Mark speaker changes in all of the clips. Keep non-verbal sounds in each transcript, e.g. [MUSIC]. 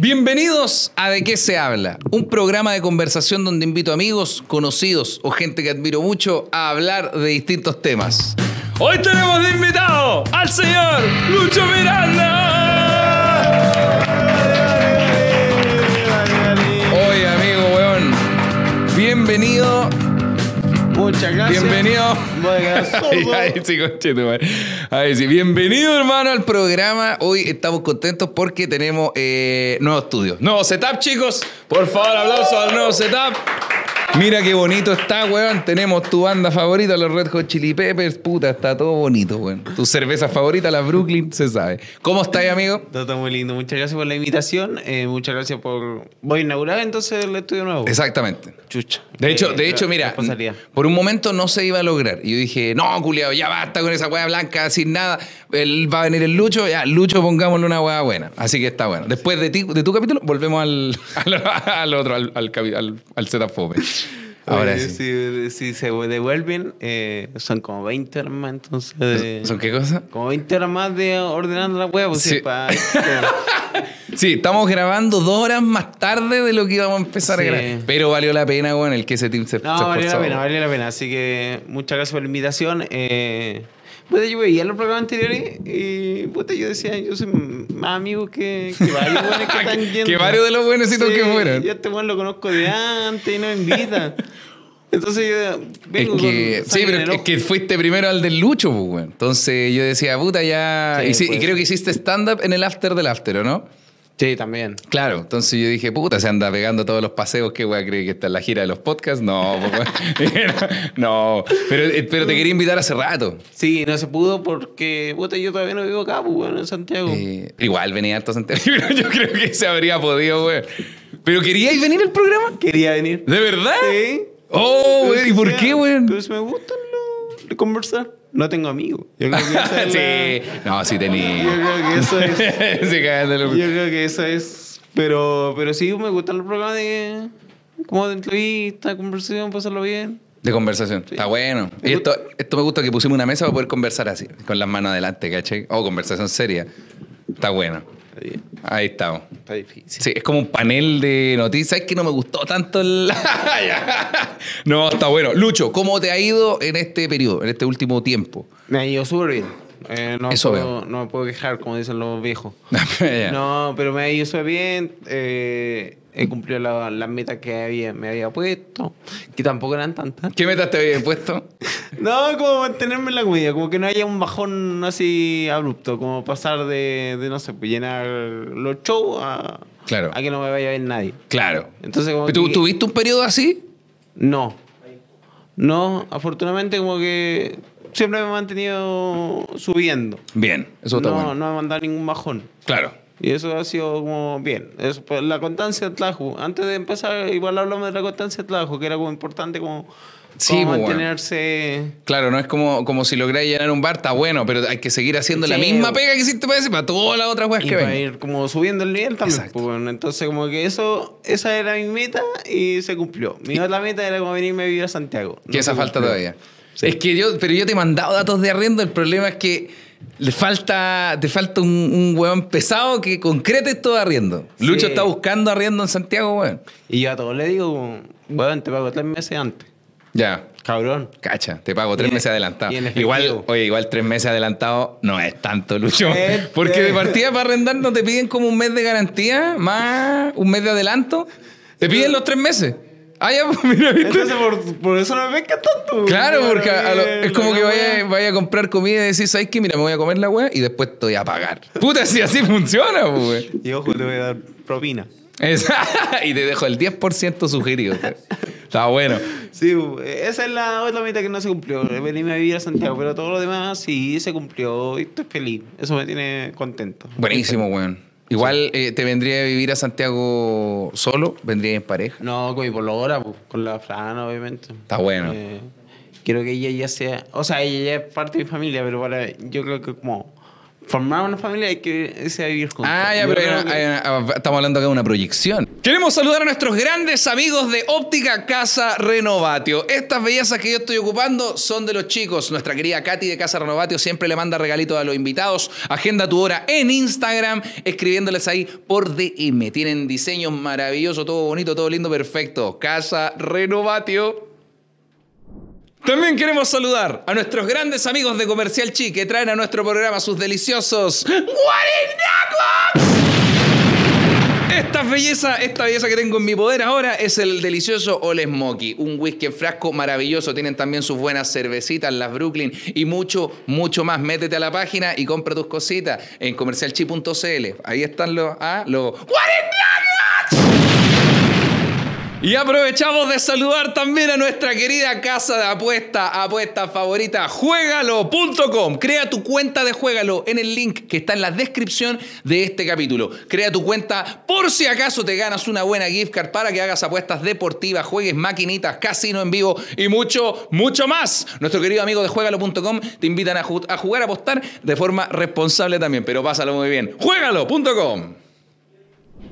Speaker 1: Bienvenidos a De qué se habla, un programa de conversación donde invito amigos, conocidos o gente que admiro mucho a hablar de distintos temas. Hoy tenemos de invitado al señor Lucho Miranda. Oye, amigo, weón. Bienvenido
Speaker 2: Muchas gracias.
Speaker 1: Bienvenido.
Speaker 2: Buenas.
Speaker 1: [LAUGHS] Ay, ay, sí, conchetumare. Ay, sí. Bienvenido, hermano, al programa. Hoy estamos contentos porque tenemos eh, nuevo estudio. Nuevo setup, chicos. Por favor, aplausos al nuevo setup. Mira qué bonito está, weón. Tenemos tu banda favorita, los Red Hot Chili Peppers. Puta, está todo bonito, weón. Tu cerveza favorita, la Brooklyn, se sabe. ¿Cómo estáis, amigo?
Speaker 2: Está todo muy lindo. Muchas gracias por la invitación. eh, muchas gracias por. Voy a inaugurar entonces el estudio nuevo.
Speaker 1: Exactamente.
Speaker 2: Chucha.
Speaker 1: De hecho,
Speaker 2: Eh,
Speaker 1: de
Speaker 2: la-
Speaker 1: hecho,
Speaker 2: la
Speaker 1: mira, mm,
Speaker 2: responsabilidad.
Speaker 1: por un momento no se iba a lograr. Y yo dije, no, culiado, ya basta con esa hueá blanca, sin nada. Él va a venir el Lucho, ya, Lucho, pongámosle una hueá buena. Así que está bueno. Después de ti, de tu capítulo, volvemos al, [LAUGHS] al, al otro, al, al, capi- al, al setup fome. Ahora
Speaker 2: Oye,
Speaker 1: sí.
Speaker 2: Si, si se devuelven, eh, son como 20 horas más, entonces. de-
Speaker 1: ¿Son qué cosa?
Speaker 2: Como 20 horas más de ordenando la hueá, pues,
Speaker 1: Sí.
Speaker 2: sí, pa-
Speaker 1: [LAUGHS] Sí, estamos grabando dos horas más tarde de lo que íbamos a empezar a
Speaker 2: Sí.
Speaker 1: grabar. Pero valió la pena, weón, el que ese team [LAUGHS] se, se
Speaker 2: No, valió la
Speaker 1: esforzó.
Speaker 2: pena, valió la pena. Así que muchas gracias por la invitación. Eh, pues yo veía los programas anteriores y puta, yo decía, yo soy más amigo que, que
Speaker 1: [LAUGHS]
Speaker 2: varios buenos que están
Speaker 1: Que-
Speaker 2: yendo.
Speaker 1: que varios de los buenecitos que fueron.
Speaker 2: Yo a este buen lo conozco de antes y no me invita. Entonces yo
Speaker 1: Es
Speaker 2: vengo
Speaker 1: que,
Speaker 2: con
Speaker 1: sí,
Speaker 2: sangre en el
Speaker 1: pero es
Speaker 2: ojo.
Speaker 1: que fuiste primero al del Lucho, pues, weón. Entonces yo decía, puta, ya.
Speaker 2: Sí,
Speaker 1: y, sí, y
Speaker 2: puede
Speaker 1: creo
Speaker 2: ser.
Speaker 1: que hiciste stand-up en el after del after, ¿o no?
Speaker 2: Sí, también.
Speaker 1: Claro, entonces yo dije, puta, se anda pegando todos los paseos, ¿qué weá cree que está en la gira de los podcasts? No, pues, weón. [LAUGHS] no. Pero, eh, pero te quería invitar hace rato.
Speaker 2: Sí, no se pudo porque puta, yo todavía no vivo acá, pues, bueno, en Santiago.
Speaker 1: Eh, igual venía harto a Santiago, pero [LAUGHS] yo creo que se habría podido, weón. ¿Pero queríais venir al programa? [LAUGHS]
Speaker 2: Quería venir.
Speaker 1: ¿De verdad?
Speaker 2: Sí.
Speaker 1: Oh,
Speaker 2: Pero
Speaker 1: weón,
Speaker 2: si
Speaker 1: ¿y por
Speaker 2: sea-
Speaker 1: qué, weón?
Speaker 2: Pero si me gusta lo- conversar. No tengo amigos. Yo creo que esa es
Speaker 1: [LAUGHS] sí,
Speaker 2: la-
Speaker 1: no, sí
Speaker 2: Yo
Speaker 1: tenía.
Speaker 2: creo
Speaker 1: [LAUGHS]
Speaker 2: que eso es.
Speaker 1: Se cagan de [LAUGHS]
Speaker 2: yo
Speaker 1: lo-
Speaker 2: creo que eso es. Pero, pero sí, me gustan los programas de. Como de entrevista, conversación, pasarlo bien.
Speaker 1: De conversación. Está bueno. Y esto, esto me gusta que pusimos una mesa para poder conversar así, con las manos adelante, ¿cachai? Oh, conversación seria. Está bueno.
Speaker 2: Está bien,
Speaker 1: Ahí estamos.
Speaker 2: está difícil.
Speaker 1: Sí, es como un panel de noticias. ¿Sabes que no me gustó tanto el... [LAUGHS] no, está bueno. Lucho, ¿cómo te ha ido en este periodo, en este último tiempo? [LAUGHS]
Speaker 2: Me ha ido súper bien. Eh, no,
Speaker 1: Eso
Speaker 2: puedo, no me puedo quejar, como dicen los viejos.
Speaker 1: [LAUGHS] Ya.
Speaker 2: No, pero me ha ido súper bien. eh, he cumplido la- las metas que había, me había puesto, que tampoco eran tantas.
Speaker 1: ¿Qué metas te habías puesto?
Speaker 2: No, como mantenerme en la comida, como que no haya un bajón así abrupto, como pasar de, de, no sé, pues llenar los shows a,
Speaker 1: Claro.
Speaker 2: a que no me vaya a ver nadie.
Speaker 1: Claro.
Speaker 2: Entonces, como
Speaker 1: ¿Tú
Speaker 2: que-
Speaker 1: tuviste un periodo así?
Speaker 2: No. No, afortunadamente como que siempre me he mantenido subiendo.
Speaker 1: Bien, eso está
Speaker 2: no,
Speaker 1: bueno.
Speaker 2: no me han dado ningún bajón.
Speaker 1: Claro.
Speaker 2: Y eso ha sido como bien. Eso, pues, la constancia del trabajo. Antes de empezar, igual hablamos de la constancia del trabajo, que era como importante como,
Speaker 1: Sí,
Speaker 2: como
Speaker 1: pues, bueno.
Speaker 2: mantenerse...
Speaker 1: Claro, no es como, como si lográis llenar un bar, está bueno, pero hay que seguir haciendo la
Speaker 2: Sí,
Speaker 1: misma
Speaker 2: bueno.
Speaker 1: pega que hiciste para ese, para todas las otras weas
Speaker 2: Y
Speaker 1: que
Speaker 2: para
Speaker 1: ven.
Speaker 2: ir como subiendo el nivel también.
Speaker 1: Ah, Exacto.
Speaker 2: pues, bueno. entonces como que eso, esa era mi meta y se cumplió. Mi otra meta era como venirme a vivir a Santiago. No
Speaker 1: Que esa
Speaker 2: se
Speaker 1: falta
Speaker 2: cumplió.
Speaker 1: todavía. Es que yo, pero yo te he mandado datos de arriendo, el problema es que le falta, te falta un, un weón pesado que concrete esto de arriendo.
Speaker 2: Sí.
Speaker 1: Lucho está buscando arriendo en Santiago, weón.
Speaker 2: Y yo a todos les digo, como, bueno, te pago tres meses antes.
Speaker 1: Ya. [LAUGHS]
Speaker 2: Cabrón.
Speaker 1: Cacha, te pago tres
Speaker 2: Y en-
Speaker 1: meses adelantado.
Speaker 2: y en efectivo.
Speaker 1: Igual, oye, igual tres meses adelantado no es tanto, Lucho.
Speaker 2: Este.
Speaker 1: Porque de partida para arrendar no te piden como un mes de garantía, más un mes de adelanto. Te piden los tres meses. Ah, ya, [LAUGHS] pues, mira, ¿viste?
Speaker 2: Entonces por, por eso no me pesca tanto.
Speaker 1: Claro,
Speaker 2: Bueno,
Speaker 1: porque a- a lo-
Speaker 2: eh,
Speaker 1: es como
Speaker 2: la
Speaker 1: que vaya,
Speaker 2: wea.
Speaker 1: vaya a comprar comida y decís, ¿sabes qué? Mira, me voy a comer la weá y después te voy a pagar. Puta, si así funciona, pues, [LAUGHS] güey.
Speaker 2: Y ojo, te voy a dar propina.
Speaker 1: Es- y te dejo el 10% sugerido. güey. Está bueno.
Speaker 2: Sí, bu, esa es la otra meta que no se cumplió, venirme a vivir a Santiago, pero todo lo demás sí se cumplió y estoy feliz. Eso me tiene contento.
Speaker 1: Buenísimo, weón. Igual eh, te vendría a vivir a Santiago solo, vendría en pareja.
Speaker 2: No, con mi polola, pues, con la Fran, obviamente.
Speaker 1: Está bueno.
Speaker 2: Eh, quiero que ella ya sea, o sea, ella ya es parte de mi familia, pero para, yo creo que como formar una familia hay que irse a vivir juntos.
Speaker 1: Ah, ya,
Speaker 2: Yo
Speaker 1: pero hay
Speaker 2: creo
Speaker 1: una-
Speaker 2: que-
Speaker 1: hay una- ah, estamos hablando acá de una proyección. Queremos saludar a nuestros grandes amigos de Óptica Casa Renovatio. Estas bellezas que yo estoy ocupando son de los chicos. Nuestra querida Katy de Casa Renovatio siempre le manda regalitos a los invitados. Agenda tu hora en Instagram, escribiéndoles ahí por DM. Tienen diseños maravillosos, todo bonito, todo lindo, perfecto. Casa Renovatio. También queremos saludar a nuestros grandes amigos de Comercial Chi que traen a nuestro programa sus deliciosos guarindacos. Esta belleza, esta belleza que tengo en mi poder ahora es el delicioso Ole Smoky, un whisky en frasco maravilloso. Tienen también sus buenas cervecitas, las Brooklyn y mucho, mucho más. Métete a la página y compra tus cositas en comercialchi.cl. Ahí están los, ah, los guarindacos. Y aprovechamos de saludar también a nuestra querida casa de apuesta, apuesta favorita, juegalo.com. Crea tu cuenta de juegalo en el link que está en la descripción de este capítulo. Crea tu cuenta por si acaso te ganas una buena gift card para que hagas apuestas deportivas, juegues maquinitas, casino en vivo y mucho, mucho más. Nuestro querido amigo de juegalo.com te invitan a, ju- a jugar, a apostar de forma responsable también, pero pásalo muy bien. Juegalo.com.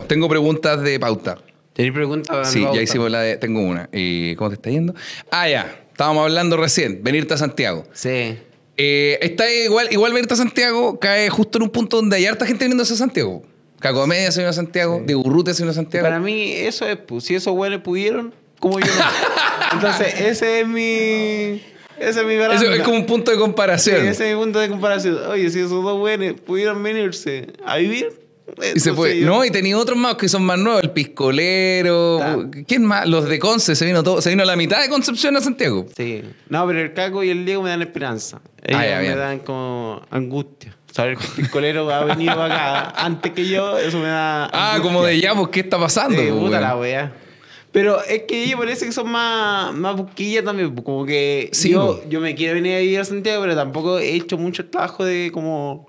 Speaker 1: Tengo preguntas de pauta.
Speaker 2: ¿Tenéis preguntas?
Speaker 1: Sí,
Speaker 2: Bauta?
Speaker 1: ya hicimos la de. Tengo una. ¿Y cómo te está yendo? Ah, ya. Estábamos hablando recién. Venirte a Santiago.
Speaker 2: Sí.
Speaker 1: Eh, está igual, igual venirte a Santiago cae justo en un punto donde hay harta gente viniéndose a Santiago. Cacomedia se vino a Santiago, de Urrutia se vino a Santiago.
Speaker 2: Para mí, eso es, pues, si esos güeyes pudieron,
Speaker 1: [LAUGHS]
Speaker 2: como yo no. Entonces, ese es mi. Ese es mi
Speaker 1: Eso
Speaker 2: baranda.
Speaker 1: es como un punto de
Speaker 2: Sí,
Speaker 1: comparación.
Speaker 2: ese es mi punto de comparación. Oye, si esos dos güeyes pudieron venirse a vivir.
Speaker 1: y se fue. No, y tenía otros más que son más nuevos. El Piscolero.
Speaker 2: Ta.
Speaker 1: ¿Quién más? Los de Conce. Se vino todo. Se vino la mitad de Concepción a Santiago.
Speaker 2: Sí. No, pero el Caco y el Diego me dan esperanza. Ellos
Speaker 1: Ah, ya,
Speaker 2: me
Speaker 1: bien.
Speaker 2: dan como angustia. Saber que el picolero ha venido
Speaker 1: [LAUGHS]
Speaker 2: acá antes que yo, eso me da.
Speaker 1: Ah,
Speaker 2: angustia.
Speaker 1: como de ya, pues, ¿qué está pasando?
Speaker 2: Sí,
Speaker 1: pues,
Speaker 2: puta
Speaker 1: weón?
Speaker 2: la wea. Pero es que ellos parece que son más, más busquillas también. pues, Como que
Speaker 1: Sí, pues.
Speaker 2: yo,
Speaker 1: po.
Speaker 2: yo me quiero venir a vivir a Santiago, pero tampoco he hecho mucho el trabajo de como.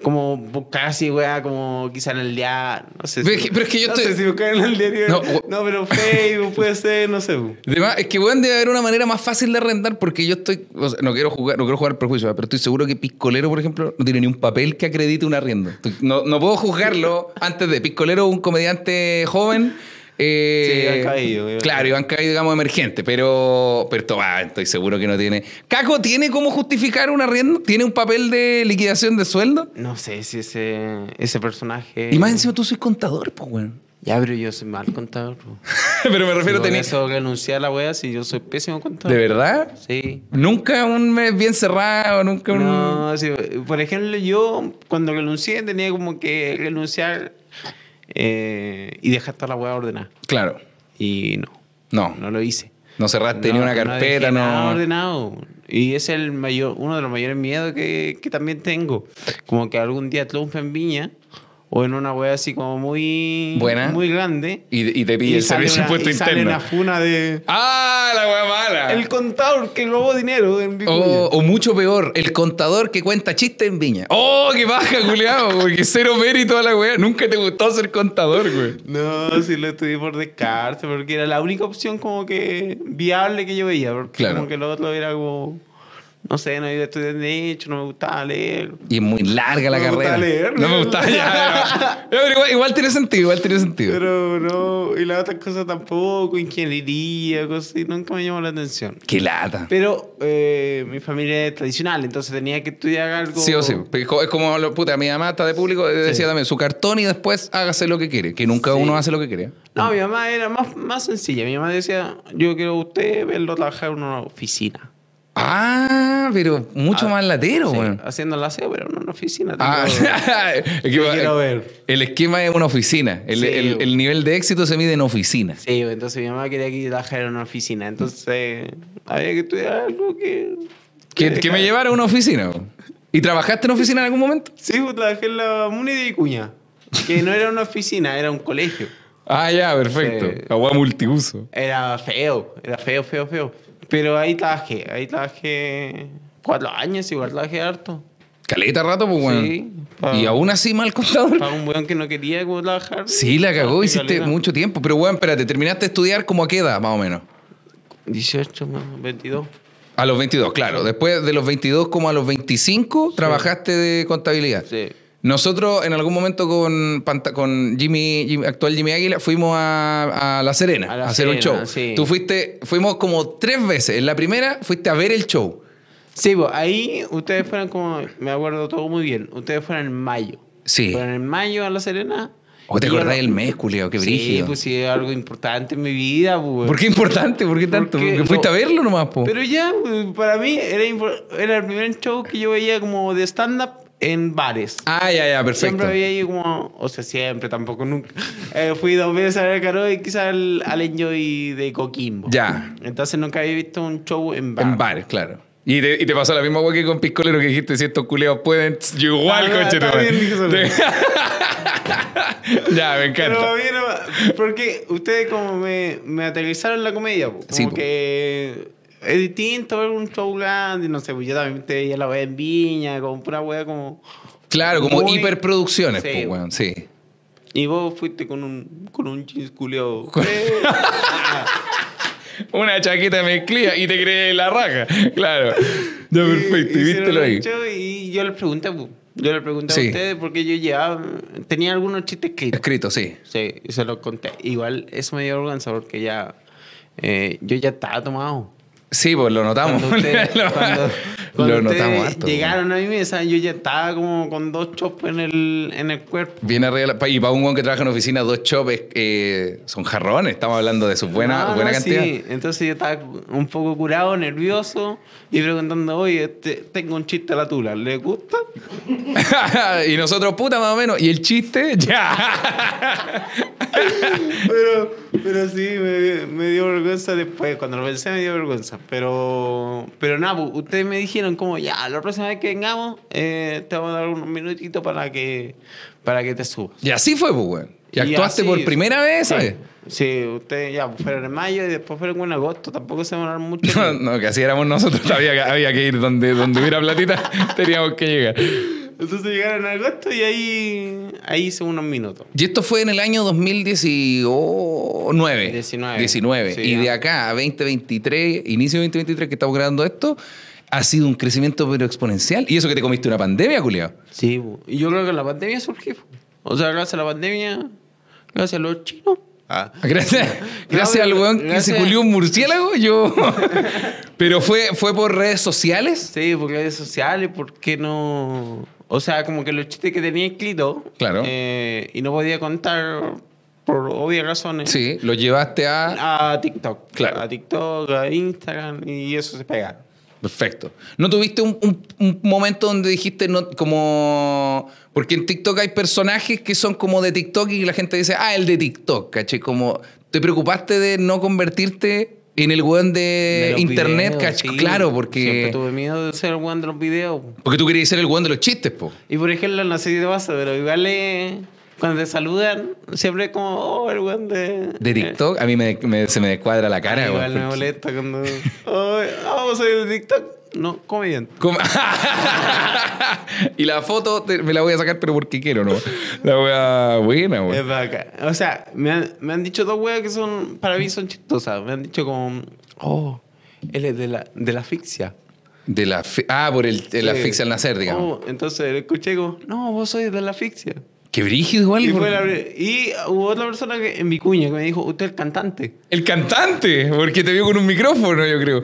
Speaker 2: Como buscar así, wea, como quizá en el día. No sé.
Speaker 1: Pero
Speaker 2: si-
Speaker 1: es que- pero es que yo
Speaker 2: no
Speaker 1: estoy-
Speaker 2: sé si buscar en el diario.
Speaker 1: No,
Speaker 2: No,
Speaker 1: we-
Speaker 2: pero Facebook puede ser, no sé. pues. bu.
Speaker 1: Además, es que weón, debe haber una manera más fácil de arrendar porque yo estoy. o sea, no quiero jugar, no quiero jugar al perjuicio, ¿eh? pero estoy seguro que Piscolero, por ejemplo, no tiene ni un papel que acredite un arriendo. Estoy- No, no puedo juzgarlo antes de. Piscolero, un comediante joven. eh,
Speaker 2: Sí, Iván Caído, Iván
Speaker 1: Claro,
Speaker 2: Caído.
Speaker 1: Iván Caído, digamos, emergente, pero. Pero esto va, estoy seguro que no tiene. ¿Caco tiene cómo justificar un arriendo? ¿Tiene un papel de liquidación de sueldo?
Speaker 2: No sé si ese, ese personaje.
Speaker 1: Y más encima tú sois contador, pues, weón. [LAUGHS]
Speaker 2: Ya, pero yo soy mal contador. po.
Speaker 1: pero me refiero a
Speaker 2: Yo con
Speaker 1: tener.
Speaker 2: eso renunciar a la wea si yo soy pésimo contador.
Speaker 1: ¿De verdad?
Speaker 2: Sí.
Speaker 1: Nunca un mes bien cerrado, nunca un.
Speaker 2: No, sí, por ejemplo, yo cuando renuncié tenía como que renunciar eh, y dejar toda la wea ordenada.
Speaker 1: Claro.
Speaker 2: Y no,
Speaker 1: No,
Speaker 2: no lo hice.
Speaker 1: no cerraste ni una carpeta,
Speaker 2: dejé Nada
Speaker 1: no.
Speaker 2: ordenado. Y es el mayor, uno de los mayores miedos que, que también tengo. Como que algún día triunfe en Viña o en una wea así como muy,
Speaker 1: Buena.
Speaker 2: muy grande.
Speaker 1: y, y te pide el
Speaker 2: sale
Speaker 1: servicio de
Speaker 2: una-
Speaker 1: impuesto
Speaker 2: y sale
Speaker 1: interno.
Speaker 2: una funa de...
Speaker 1: ¡Ah, la weá mala! Oh,
Speaker 2: El contador que robó dinero en Vicuña.
Speaker 1: o, o mucho peor, el contador que cuenta chistes en viña. ¡Oh, qué baja,
Speaker 2: [LAUGHS]
Speaker 1: culiao! Porque cero mérito a la weá. Nunca te gustó ser contador, güey.
Speaker 2: No, sí lo estudié por descarte, porque era la única opción como que viable que yo veía, porque
Speaker 1: Claro.
Speaker 2: como que lo otro era como, no sé, no iba a estudiar derecho, no me gustaba leer.
Speaker 1: Y es muy larga la
Speaker 2: No me
Speaker 1: carrera.
Speaker 2: gusta leer,
Speaker 1: no
Speaker 2: ¿no?
Speaker 1: me gustaba
Speaker 2: [LAUGHS]
Speaker 1: ya. no. No, pero igual, igual tiene sentido, igual tiene sentido.
Speaker 2: Pero no, y las otras cosas tampoco, ingeniería, cosas así, nunca me llamó la atención.
Speaker 1: ¡Qué lata!
Speaker 2: Pero eh, mi familia es tradicional, entonces tenía que estudiar algo.
Speaker 1: Sí o sí. Porque Es co- es como, lo- puta, mi mamá está de público, eh, decía también, su cartón y después hágase lo que quiere. Que nunca
Speaker 2: Sí.
Speaker 1: uno hace lo que quiere.
Speaker 2: No, mi mamá era más, más sencilla. Mi mamá decía, yo quiero a usted verlo trabajar en una oficina.
Speaker 1: Ah, pero mucho
Speaker 2: Ah,
Speaker 1: más latero,
Speaker 2: Sí,
Speaker 1: weón.
Speaker 2: Haciendo el aseo, pero no en una oficina.
Speaker 1: Ah, [LAUGHS]
Speaker 2: tengo-
Speaker 1: es que va-
Speaker 2: quiero ver.
Speaker 1: El esquema es una oficina. El,
Speaker 2: Sí.
Speaker 1: el- el nivel de éxito se mide en oficinas.
Speaker 2: Sí, entonces mi mamá quería que yo trabajara en una oficina. Entonces había que estudiar algo que.
Speaker 1: Que, que
Speaker 2: [LAUGHS]
Speaker 1: me llevara a una oficina. po. ¿Y trabajaste en oficina en algún momento?
Speaker 2: Sí, pues, trabajé en la Muni de Vicuña. Que no era una oficina, era un colegio.
Speaker 1: Ah, ya, perfecto.
Speaker 2: Sí.
Speaker 1: Agua multiuso.
Speaker 2: Era feo, era feo, feo, feo. Pero ahí trabajé, ahí trabajé cuatro años, igual trabajé harto.
Speaker 1: Caleta rato, pues, bueno.
Speaker 2: Sí, pa-
Speaker 1: Y aún así mal contador.
Speaker 2: Para un weón que no quería como trabajar.
Speaker 1: Sí, la cagó,
Speaker 2: Trabajé
Speaker 1: hiciste
Speaker 2: caleta.
Speaker 1: mucho tiempo. Pero, bueno, espérate, terminaste de estudiar como a qué edad, más o menos.
Speaker 2: 18, más 22.
Speaker 1: A los 22, claro. Después de los 22 como a los 25, trabajaste de contabilidad.
Speaker 2: Sí.
Speaker 1: Nosotros en algún momento con, Panta- con Jimmy, Jimmy- actual Jimmy Águila, fuimos a, a La Serena
Speaker 2: A
Speaker 1: a,
Speaker 2: La
Speaker 1: hacer un
Speaker 2: Serena,
Speaker 1: show.
Speaker 2: sí.
Speaker 1: Tú fuiste, fuimos como tres veces. En la primera fuiste a ver el show.
Speaker 2: Sí, bo, ahí ustedes fueron como, me acuerdo todo muy bien, ustedes fueron en mayo.
Speaker 1: Sí.
Speaker 2: Fueron en mayo a La Serena.
Speaker 1: ¿O Oh, te
Speaker 2: Y
Speaker 1: acordás
Speaker 2: yo-
Speaker 1: del mes, culiao? Qué
Speaker 2: Sí,
Speaker 1: brígido.
Speaker 2: pues sí, algo importante en mi vida. bo.
Speaker 1: ¿Por qué importante? ¿Por qué tanto?
Speaker 2: Porque
Speaker 1: Porque, fuiste
Speaker 2: lo-
Speaker 1: a verlo nomás, po.
Speaker 2: Pero ya, bo, para mí, era, impor- era el primer show que yo veía como de stand-up en bares.
Speaker 1: Ah, ya, ya, perfecto.
Speaker 2: Siempre había ido como, o sea, siempre, tampoco nunca. [LAUGHS] Eh, fui dos veces a ver a Caro y quizás al, al Enjoy de Coquimbo.
Speaker 1: Ya.
Speaker 2: Entonces nunca había visto un show en bar.
Speaker 1: En bares, claro. Y te, y te pasó la misma hueá que con Piscolero que dijiste, si estos culeos pueden, yo igual,
Speaker 2: Ah,
Speaker 1: coche.
Speaker 2: está
Speaker 1: [LAUGHS]
Speaker 2: bien, dije solo.
Speaker 1: ya, me
Speaker 2: Pero
Speaker 1: encanta.
Speaker 2: a mí no- porque ustedes como me, me aterrizaron en la comedia, po. como
Speaker 1: Sí, po.
Speaker 2: que es distinto ver un show grande, no sé, pues yo también te veía la wea en Viña, con pura wea como...
Speaker 1: Claro, como
Speaker 2: Muy-
Speaker 1: hiperproducciones,
Speaker 2: Sí,
Speaker 1: po,
Speaker 2: weón.
Speaker 1: weón, sí.
Speaker 2: Y vos fuiste con un, con un jeans culiao.
Speaker 1: Con-
Speaker 2: Eh,
Speaker 1: Una chaqueta mezclilla y te crees la raja. Claro. Ya, perfecto. Y
Speaker 2: hicieron
Speaker 1: vístelo
Speaker 2: un
Speaker 1: ahí.
Speaker 2: show Y yo les pregunté, po. yo les pregunté a
Speaker 1: Sí.
Speaker 2: ustedes porque yo llevaba, tenía algunos chistes escritos.
Speaker 1: Escrito, sí.
Speaker 2: Sí, y se los conté. Igual eso me dio vergüenza porque ya, eh, yo ya estaba tomado.
Speaker 1: Sí, pues lo notamos. [LAUGHS]
Speaker 2: Cuando ustedes-
Speaker 1: lo
Speaker 2: cuando-
Speaker 1: lo
Speaker 2: cuando ustedes
Speaker 1: notamos harto. weón.
Speaker 2: Llegaron a mi mesa, yo ya estaba como con dos chops en el, en el cuerpo.
Speaker 1: Bien arriba. la- pa- Y para un weón que trabaja en oficina, dos chops eh, son jarrones. Estamos hablando de sus buena,
Speaker 2: No, no,
Speaker 1: buena
Speaker 2: Ah, sí.
Speaker 1: cantidad.
Speaker 2: Entonces yo estaba un poco curado, nervioso y preguntando, oye, te- tengo un chiste a la tula, ¿le gusta?
Speaker 1: [LAUGHS] y nosotros, puta, más o menos. Y el chiste, [LAUGHS] ya.
Speaker 2: pero, pero sí, me, me dio vergüenza después, cuando lo pensé me dio vergüenza. Pero, pero nada, pues, ustedes me dijeron como, ya, la próxima vez que vengamos, eh, te vamos a dar unos minutitos para que, para que te subas.
Speaker 1: y así fue, pues, weón. Y
Speaker 2: Y
Speaker 1: actuaste
Speaker 2: así-
Speaker 1: por primera vez,
Speaker 2: Sí.
Speaker 1: ¿sabes?
Speaker 2: Sí, ustedes ya fueron en mayo y después fueron en agosto. Tampoco se demoraron mucho.
Speaker 1: [LAUGHS] No, no, que así éramos nosotros. [LAUGHS] Había, que- había que ir donde, donde hubiera platita, [LAUGHS] teníamos que llegar.
Speaker 2: Entonces llegaron en agosto y ahí, ahí hice unos minutos.
Speaker 1: Y esto fue en el año 2019.
Speaker 2: 19.
Speaker 1: 19.
Speaker 2: Sí,
Speaker 1: y de
Speaker 2: ya.
Speaker 1: acá a 2023, inicio de 2023 que estamos grabando esto, ha sido un crecimiento pero exponencial. Y eso que te comiste una pandemia,
Speaker 2: [LAUGHS]
Speaker 1: culiao.
Speaker 2: Sí, bu. y yo creo que la pandemia surgió. bu. O sea, gracias a la pandemia, gracias a los chinos.
Speaker 1: Ah, Gracias, gracias al
Speaker 2: pero-
Speaker 1: weón que se
Speaker 2: gracias.
Speaker 1: culió un murciélago,
Speaker 2: [LAUGHS]
Speaker 1: yo. pero fue, fue por redes sociales.
Speaker 2: Sí, por redes sociales, porque no. O sea, como que los chistes que tenía escrito.
Speaker 1: Claro.
Speaker 2: eh, y no podía contar por obvias razones.
Speaker 1: Sí, lo llevaste a.
Speaker 2: A TikTok.
Speaker 1: Claro.
Speaker 2: A TikTok, a Instagram, y eso se pegaron.
Speaker 1: Perfecto. ¿No tuviste un, un- un momento donde dijiste no, como. Porque en TikTok hay personajes que son como de TikTok y la gente dice, ah, el de TikTok, caché. Como te preocupaste de no convertirte en el weón de,
Speaker 2: los
Speaker 1: Eh, internet,
Speaker 2: videos,
Speaker 1: caché.
Speaker 2: sí.
Speaker 1: Claro,
Speaker 2: Siempre
Speaker 1: porque.
Speaker 2: tuve miedo de ser el weón de los videos. po.
Speaker 1: Porque tú querías ser el weón de los chistes, po.
Speaker 2: Y por ejemplo, no sé si te pasa, pero igual eh, cuando te saludan, siempre es como, oh, el weón de.
Speaker 1: De TikTok, a mí me- me- se me descuadra la
Speaker 2: Eh,
Speaker 1: cara, weón,
Speaker 2: igual me
Speaker 1: porque-
Speaker 2: molesta cuando. Oh, vamos soy de TikTok. No, comediante.
Speaker 1: Como- [LAUGHS] y la foto te- me la voy a sacar, pero porque quiero, ¿no? La voy a... Buena, güey.
Speaker 2: Es vaca. O sea, me han, me han dicho dos weas que son, para mí son chistosas. Me han dicho como, oh, él es de la, de la asfixia.
Speaker 1: De la... fi- Ah, por el, de la
Speaker 2: Sí.
Speaker 1: asfixia al nacer, digamos.
Speaker 2: Oh, entonces lo escuché como, no, vos sois de la asfixia.
Speaker 1: Qué brígido igual.
Speaker 2: Y,
Speaker 1: por-
Speaker 2: fue la pri- y hubo otra persona que, en Vicuña que me dijo, usted es el cantante.
Speaker 1: El cantante, porque te vio con un micrófono, yo creo.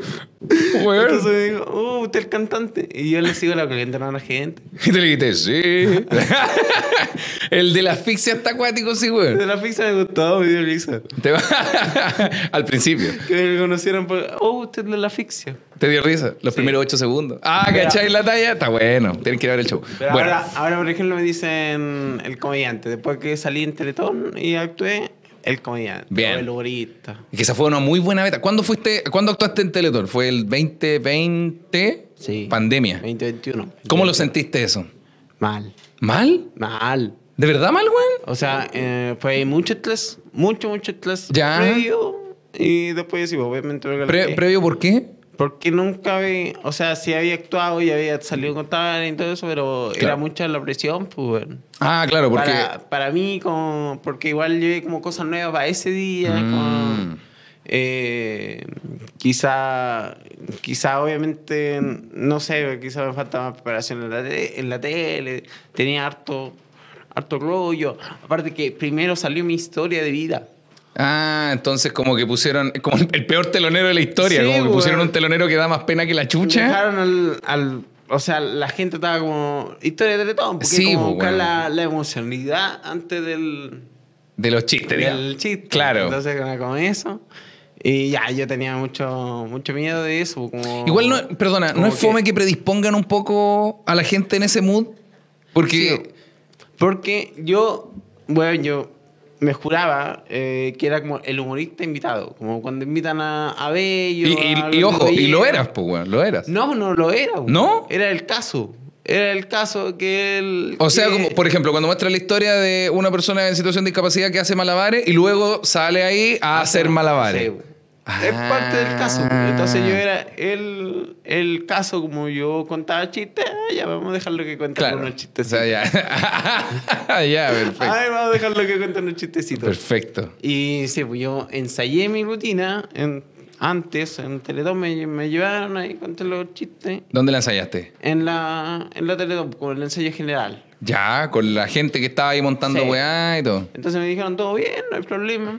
Speaker 1: Weón.
Speaker 2: Entonces me dijo, oh, usted es el cantante. Y yo le sigo la corriente a la gente.
Speaker 1: [LAUGHS] Y te le dijiste, sí. [LAUGHS] el de la asfixia está acuático, sí, güey.
Speaker 2: De la fixa me gustó, me dio risa.
Speaker 1: Te va- [LAUGHS] al principio.
Speaker 2: Que me conocieran por, oh, usted es de la asfixia.
Speaker 1: Te dio risa los primeros ocho segundos. Ah,
Speaker 2: Mira.
Speaker 1: ¿cachai la talla? Está bueno. Tienen que ir a ver el show.
Speaker 2: Pero
Speaker 1: bueno.
Speaker 2: ahora, ahora, por ejemplo, me dicen el comediante. Después que salí en Teletón y actué, el comediante.
Speaker 1: Bien.
Speaker 2: o el humorista.
Speaker 1: Y Que esa fue una muy buena beta. ¿Cuándo fuiste, cuándo actuaste en Teletón? ¿Fue el 2020?
Speaker 2: Sí.
Speaker 1: Pandemia.
Speaker 2: 2021.
Speaker 1: ¿Cómo lo sentiste eso?
Speaker 2: Mal.
Speaker 1: ¿Mal?
Speaker 2: Mal.
Speaker 1: ¿De verdad mal, weón?
Speaker 2: O sea, eh, fue mucho estrés. Mucho, mucho estrés.
Speaker 1: Ya.
Speaker 2: Previo. Y después sí, obviamente. me
Speaker 1: Pre-
Speaker 2: calenté.
Speaker 1: ¿Previo por qué?
Speaker 2: Porque nunca había... O sea, sí había actuado y había salido con tal y todo eso, pero era
Speaker 1: Claro.
Speaker 2: mucha la presión, pues, bueno.
Speaker 1: Ah, claro, porque.
Speaker 2: Para, para mí, como, porque igual llevé como cosas nuevas para ese día.
Speaker 1: Mm.
Speaker 2: como, eh, Quizá, quizá obviamente, no sé, quizá me falta más preparación en la, te- en la tele. Tenía harto, harto rollo. Aparte que primero salió mi historia de vida.
Speaker 1: Ah, entonces como que pusieron como el peor telonero de la historia,
Speaker 2: Sí,
Speaker 1: como que
Speaker 2: güey.
Speaker 1: pusieron un telonero que da más pena que la chucha.
Speaker 2: Dejaron al, al- O sea, la gente estaba como... Historia de Teletón. Porque
Speaker 1: Sí,
Speaker 2: es como
Speaker 1: pues,
Speaker 2: buscar
Speaker 1: bueno.
Speaker 2: la, la emocionalidad antes del...
Speaker 1: De los chistes,
Speaker 2: del
Speaker 1: digamos.
Speaker 2: chiste.
Speaker 1: Claro.
Speaker 2: Entonces, como con eso. Y ya, yo tenía mucho, mucho miedo de eso. Como,
Speaker 1: Igual no, perdona, ¿no
Speaker 2: como
Speaker 1: es fome que predispongan un poco a la gente en ese mood? Porque...
Speaker 2: Sí, porque yo, bueno, yo me juraba eh, que era como el humorista invitado. Como cuando invitan a, a Bello.
Speaker 1: y,
Speaker 2: a
Speaker 1: y- y
Speaker 2: Lolito
Speaker 1: ojo, y lo
Speaker 2: Yeye.
Speaker 1: eras, pues, weón, lo eras.
Speaker 2: No, no lo era. güey.
Speaker 1: ¿No?
Speaker 2: Era el caso. Era el caso que él...
Speaker 1: O sea,
Speaker 2: que-
Speaker 1: como, por ejemplo, cuando muestra la historia de una persona en situación de discapacidad que hace malabares y luego sale ahí a hacer
Speaker 2: Ah, Sí,
Speaker 1: malabares.
Speaker 2: güey.
Speaker 1: Ah.
Speaker 2: Es parte del caso. Entonces yo era el, el caso, como yo contaba chistes, ah, ya vamos a dejarlo que cuente
Speaker 1: Claro.
Speaker 2: unos
Speaker 1: O
Speaker 2: chistecitos.
Speaker 1: sea, ya. [LAUGHS] ya, perfecto.
Speaker 2: Ay, vamos a dejarlo que cuente unos chistecitos.
Speaker 1: Perfecto.
Speaker 2: Y sí, pues yo ensayé mi rutina en- antes, en Teletón me, me llevaron ahí, conté los chistes.
Speaker 1: ¿Dónde la ensayaste?
Speaker 2: En la, en la Teletón, como el ensayo general.
Speaker 1: Ya, con la gente que estaba ahí montando
Speaker 2: Sí.
Speaker 1: weá y todo.
Speaker 2: Entonces me dijeron, todo bien, no hay problema.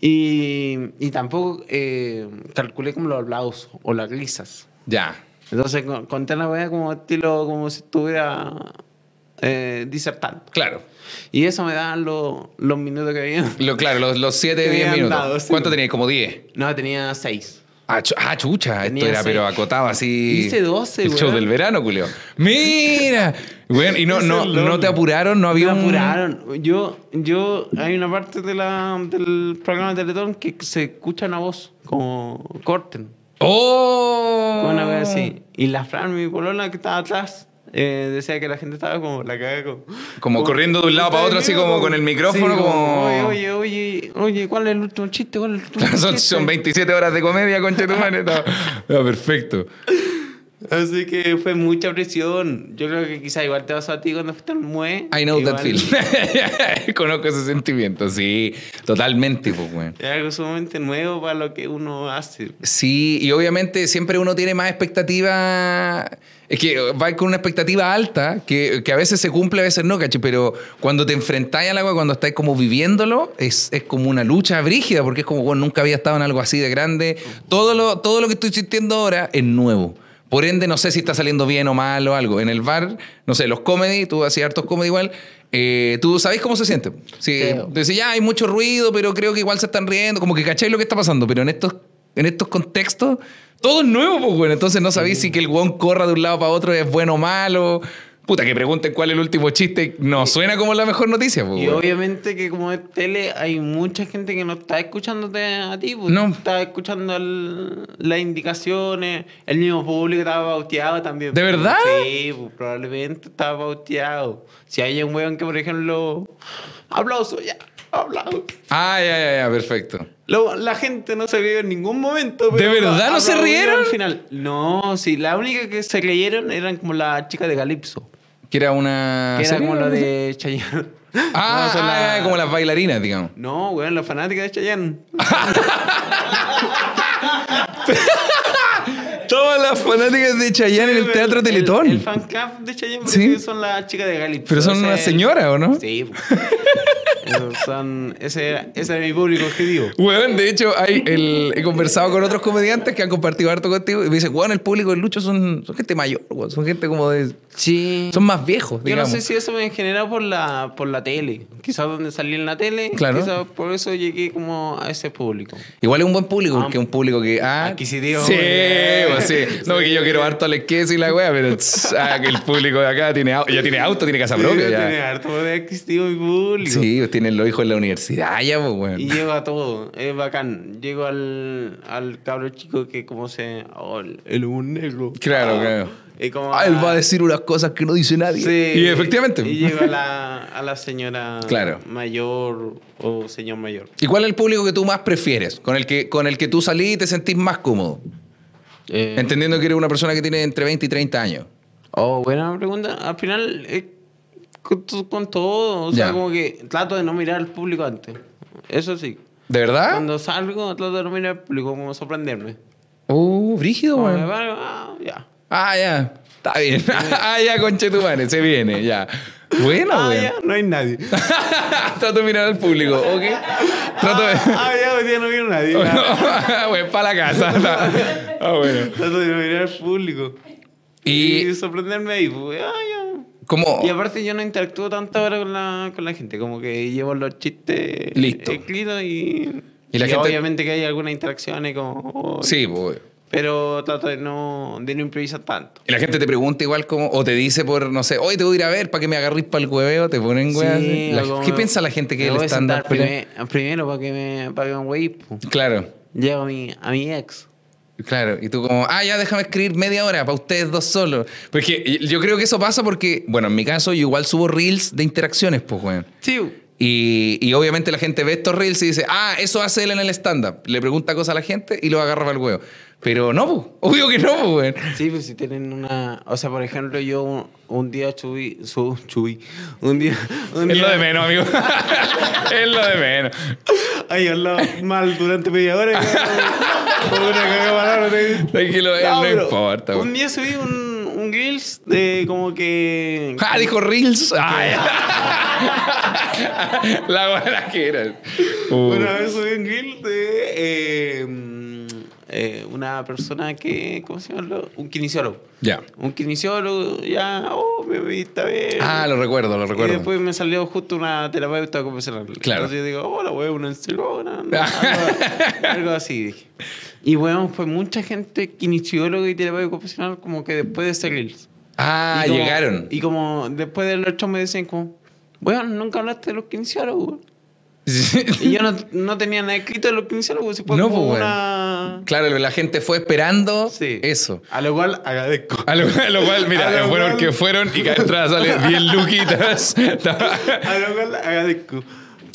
Speaker 2: Y, y tampoco eh, calculé como los aplausos o las risas.
Speaker 1: Ya.
Speaker 2: Entonces co- conté la weá como estilo, como si estuviera eh, disertando.
Speaker 1: Claro.
Speaker 2: Y eso me daban lo- los minutos que había.
Speaker 1: Lo, claro, los, los siete,
Speaker 2: Que me
Speaker 1: diez
Speaker 2: habían
Speaker 1: minutos.
Speaker 2: dado, sí.
Speaker 1: ¿Cuánto tenías? Como 10.
Speaker 2: No, tenía seis.
Speaker 1: Ah, chu- ah, chucha, esto
Speaker 2: Tenía
Speaker 1: era,
Speaker 2: seis.
Speaker 1: pero acotado así.
Speaker 2: Hice 12,
Speaker 1: El
Speaker 2: weón.
Speaker 1: show del verano, Julio. ¡Mira! Bueno,
Speaker 2: [LAUGHS]
Speaker 1: y no,
Speaker 2: Hice
Speaker 1: no,
Speaker 2: el doble.
Speaker 1: no te apuraron, no
Speaker 2: Me
Speaker 1: había un-
Speaker 2: apuraron. Yo, yo, hay una parte de la, del programa de Teletón que se escucha una voz, como corten.
Speaker 1: ¡Oh!
Speaker 2: como una wea así. Y la Fran, mi polola que estaba atrás, eh, decía que la gente estaba como la caga como,
Speaker 1: Como corriendo de un lado para otro, así como con el micrófono, como-
Speaker 2: Oye, oye, oye, oye, ¿cuál es el último chiste? ¿Cuál es el último
Speaker 1: [LAUGHS] Son,
Speaker 2: chiste?"
Speaker 1: son 27 horas de comedia, concha de tu madre.
Speaker 2: [LAUGHS]
Speaker 1: No. No, perfecto.
Speaker 2: Así que fue mucha presión. Yo creo que quizá igual te pasó a ti cuando fuiste al MUE.
Speaker 1: I know that
Speaker 2: Igual
Speaker 1: feel. [LAUGHS] Conozco ese sentimiento, sí. Totalmente, pues, weón.
Speaker 2: [LAUGHS] Es algo sumamente nuevo para lo que uno hace.
Speaker 1: Sí, y obviamente siempre uno tiene más expectativa. Es que va con una expectativa alta, que, que a veces se cumple, a veces no, caché. Pero cuando te enfrentáis al agua, cuando estáis como viviéndolo, es, es como una lucha brígida, porque es como, bueno, nunca había estado en algo así de grande. Todo lo, todo lo que estoy sintiendo ahora es nuevo. Por ende, no sé si está saliendo bien o mal o algo. En el bar, no sé, los comedy, tú hacías hartos comedy igual. eh, tú sabes cómo se siente. Sí,
Speaker 2: Creo.
Speaker 1: Decís, ya hay mucho ruido, pero creo que igual se están riendo. Como que cacháis lo que está pasando, pero en estos, en estos contextos, todo es nuevo, pues, bueno. Entonces no sabéis si que el guón corra de un lado para otro es bueno o malo. Puta, que pregunten cuál es el último chiste. No suena como la mejor noticia, pues,
Speaker 2: Y
Speaker 1: bueno.
Speaker 2: obviamente que como es tele hay mucha gente que no está escuchándote a ti, pues,
Speaker 1: No.
Speaker 2: está escuchando el- las indicaciones, el mismo público estaba bauteado también.
Speaker 1: ¿De
Speaker 2: pues.
Speaker 1: verdad?
Speaker 2: Sí, pues, probablemente estaba bauteado. Si hay un weón que por ejemplo, aplauso ya, aplauso.
Speaker 1: Ah, ya, ya, ya, perfecto.
Speaker 2: Lo- la gente no se rió en ningún momento. pero
Speaker 1: ¿De verdad no se
Speaker 2: aplaudió
Speaker 1: rieron?
Speaker 2: Al final. No, sí, la única que se rieron eran como la chica de Calypso.
Speaker 1: Que era una.
Speaker 2: Que era
Speaker 1: serie,
Speaker 2: como la
Speaker 1: ¿no? [LAUGHS]
Speaker 2: de Chayanne.
Speaker 1: Ah,
Speaker 2: No, son
Speaker 1: ah,
Speaker 2: la-
Speaker 1: ya, como las bailarinas, digamos.
Speaker 2: No, weón, la fanática de Chayanne.
Speaker 1: Todas las fanáticas de Chayanne en el Teatro Teletón.
Speaker 2: El, fan club de Chayanne
Speaker 1: Sí.
Speaker 2: porque son las chicas de Galicia.
Speaker 1: Pero son una señora, ¿o no?
Speaker 2: Sí. po. Esos son, ese, era, ese era mi público objetivo.
Speaker 1: Weón, de hecho, hay el- he conversado con otros comediantes que han compartido harto contigo y me dicen, weón, el público de Lucho son, son gente mayor, weón, son gente como de...
Speaker 2: Sí.
Speaker 1: Son más viejos,
Speaker 2: Yo no
Speaker 1: digamos.
Speaker 2: sé si eso me generó por la, por la tele. Quizás donde salí en la tele.
Speaker 1: Claro.
Speaker 2: Quizás por eso llegué como a ese público.
Speaker 1: Igual es un buen público, porque es un público que... Ah,
Speaker 2: Adquisitivo,
Speaker 1: Sí,
Speaker 2: weón. [LAUGHS]
Speaker 1: pues, sí. No, porque yo quiero harto al queso y la weá, pero tss, ah, que el público de acá tiene, au- ya tiene auto, tiene casa propia.
Speaker 2: Sí,
Speaker 1: ya.
Speaker 2: tiene harto poder adquisitivo mi público.
Speaker 1: Sí, pues tienen los hijos en la universidad, ya, pues, weón.
Speaker 2: Y llego a todo, es bacán. Llego al, al cabro chico que como se... oh, el el humor negro. Ah.
Speaker 1: Claro, claro.
Speaker 2: Y como
Speaker 1: Ah, él va a
Speaker 2: a-
Speaker 1: decir unas cosas que no dice nadie.
Speaker 2: Sí.
Speaker 1: y efectivamente.
Speaker 2: Y llegó a la, a la señora
Speaker 1: Claro.
Speaker 2: mayor o señor mayor.
Speaker 1: ¿Y cuál es el público que tú más prefieres? Con el que, con el que tú salís y te sentís más cómodo. Entendiendo que eres una persona que tiene entre 20 y 30 años.
Speaker 2: Oh, buena pregunta. Al final, eh, con, to- con todo, o sea,
Speaker 1: Ya.
Speaker 2: como que trato de no mirar al público antes. Eso sí.
Speaker 1: ¿De verdad?
Speaker 2: Cuando salgo, trato de dormir en el público, como sorprenderme.
Speaker 1: Uh, brígido,
Speaker 2: Cuando
Speaker 1: weón.
Speaker 2: me paro, ah, ya.
Speaker 1: Ah, ya. Está bien. [LAUGHS] ah, ya, conchetumare, se viene, ya. Bueno,
Speaker 2: Ah,
Speaker 1: weón.
Speaker 2: ya, no hay nadie.
Speaker 1: [LAUGHS] Trato de mirar al público, ¿ok? Trato de. Oh,
Speaker 2: Ah, ya, hoy día no vino nadie.
Speaker 1: [LAUGHS]
Speaker 2: Ah, ya.
Speaker 1: Bueno, para la
Speaker 2: [LAUGHS]
Speaker 1: casa. está. Ah, bueno.
Speaker 2: Trato de mirar al público. Y,
Speaker 1: Y Oh.
Speaker 2: sorprenderme ahí, pues, ah, ya.
Speaker 1: como.
Speaker 2: Y aparte yo no interactúo tanta hora con la, con la gente, como que llevo los chistes
Speaker 1: Listo.
Speaker 2: escritos y,
Speaker 1: Y la
Speaker 2: y
Speaker 1: gente-
Speaker 2: obviamente que hay algunas interacciones como... oh,
Speaker 1: Sí, pues.
Speaker 2: Pero trato de no, de no improvisar tanto.
Speaker 1: Y la gente te pregunta igual como, o te dice por, no sé, hoy te voy a ir a ver para que me agarrís para el hueveo, te ponen weas. así. La-
Speaker 2: o como-
Speaker 1: ¿Qué piensa la gente que
Speaker 2: me
Speaker 1: el
Speaker 2: voy a
Speaker 1: estándar?
Speaker 2: sentar prime- Primero, para que me paguen wey. po.
Speaker 1: Claro,
Speaker 2: Llego a mi, a mi ex.
Speaker 1: claro. Y tú como, ah, ya déjame escribir media hora para ustedes dos solos. Porque yo creo que eso pasa porque, bueno, en mi caso yo igual subo reels de interacciones, pues, weón.
Speaker 2: Sí.
Speaker 1: Y, y obviamente la gente ve estos reels y dice, ah, eso hace él en el stand-up. Le pregunta cosas a la gente y lo agarra para el huevo. Pero no, po. obvio que no, po, weón.
Speaker 2: Sí, pues si tienen una... O sea, por ejemplo, yo un, un día subí... Su, subí. Un día... Un
Speaker 1: Es
Speaker 2: día
Speaker 1: lo de menos, [LAUGHS] amigo. es lo de menos.
Speaker 2: Ay, hablaba mal durante media hora. y- Por una cagapalabra, te-
Speaker 1: Tranquilo, él no,
Speaker 2: pero
Speaker 1: importa.
Speaker 2: Un
Speaker 1: weón.
Speaker 2: día subí un, un Reels de como que.
Speaker 1: Ah, dijo reels. Ay. [LAUGHS] la buena que era. Uh.
Speaker 2: Una vez subí un Reels de. eh, mm, eh, una persona que. ¿Cómo se llama? lo- Un kinesiólogo.
Speaker 1: Ya.
Speaker 2: Un kinesiólogo, ya. Oh, me vi esta vez.
Speaker 1: Ah, lo recuerdo, lo
Speaker 2: Y
Speaker 1: recuerdo.
Speaker 2: después me salió justo una terapeuta conversacional.
Speaker 1: Claro.
Speaker 2: Entonces yo digo, oh, hola, weón,
Speaker 1: [LAUGHS]
Speaker 2: una encerrona. no, algo, algo así, dije. Y weón, fue mucha gente kinesiólogo y terapeuta conversacional como que después de ese Reels.
Speaker 1: Ah,
Speaker 2: Y como-
Speaker 1: llegaron. [LAUGHS]
Speaker 2: Y como después del otro me decían como, weón, nunca hablaste de los kinesiólogos. weón". Y yo no, no tenía nada escrito de los kinesiólogos. Si fue
Speaker 1: No,
Speaker 2: como
Speaker 1: pues, weón.
Speaker 2: una...
Speaker 1: claro, la gente fue esperando
Speaker 2: Sí.
Speaker 1: eso.
Speaker 2: A lo cual agradezco.
Speaker 1: A lo, a lo cual, mira,
Speaker 2: A lo
Speaker 1: fueron
Speaker 2: cual-
Speaker 1: que fueron y cada entrada sale 10 luquitas. [LAUGHS]
Speaker 2: A lo cual agradezco.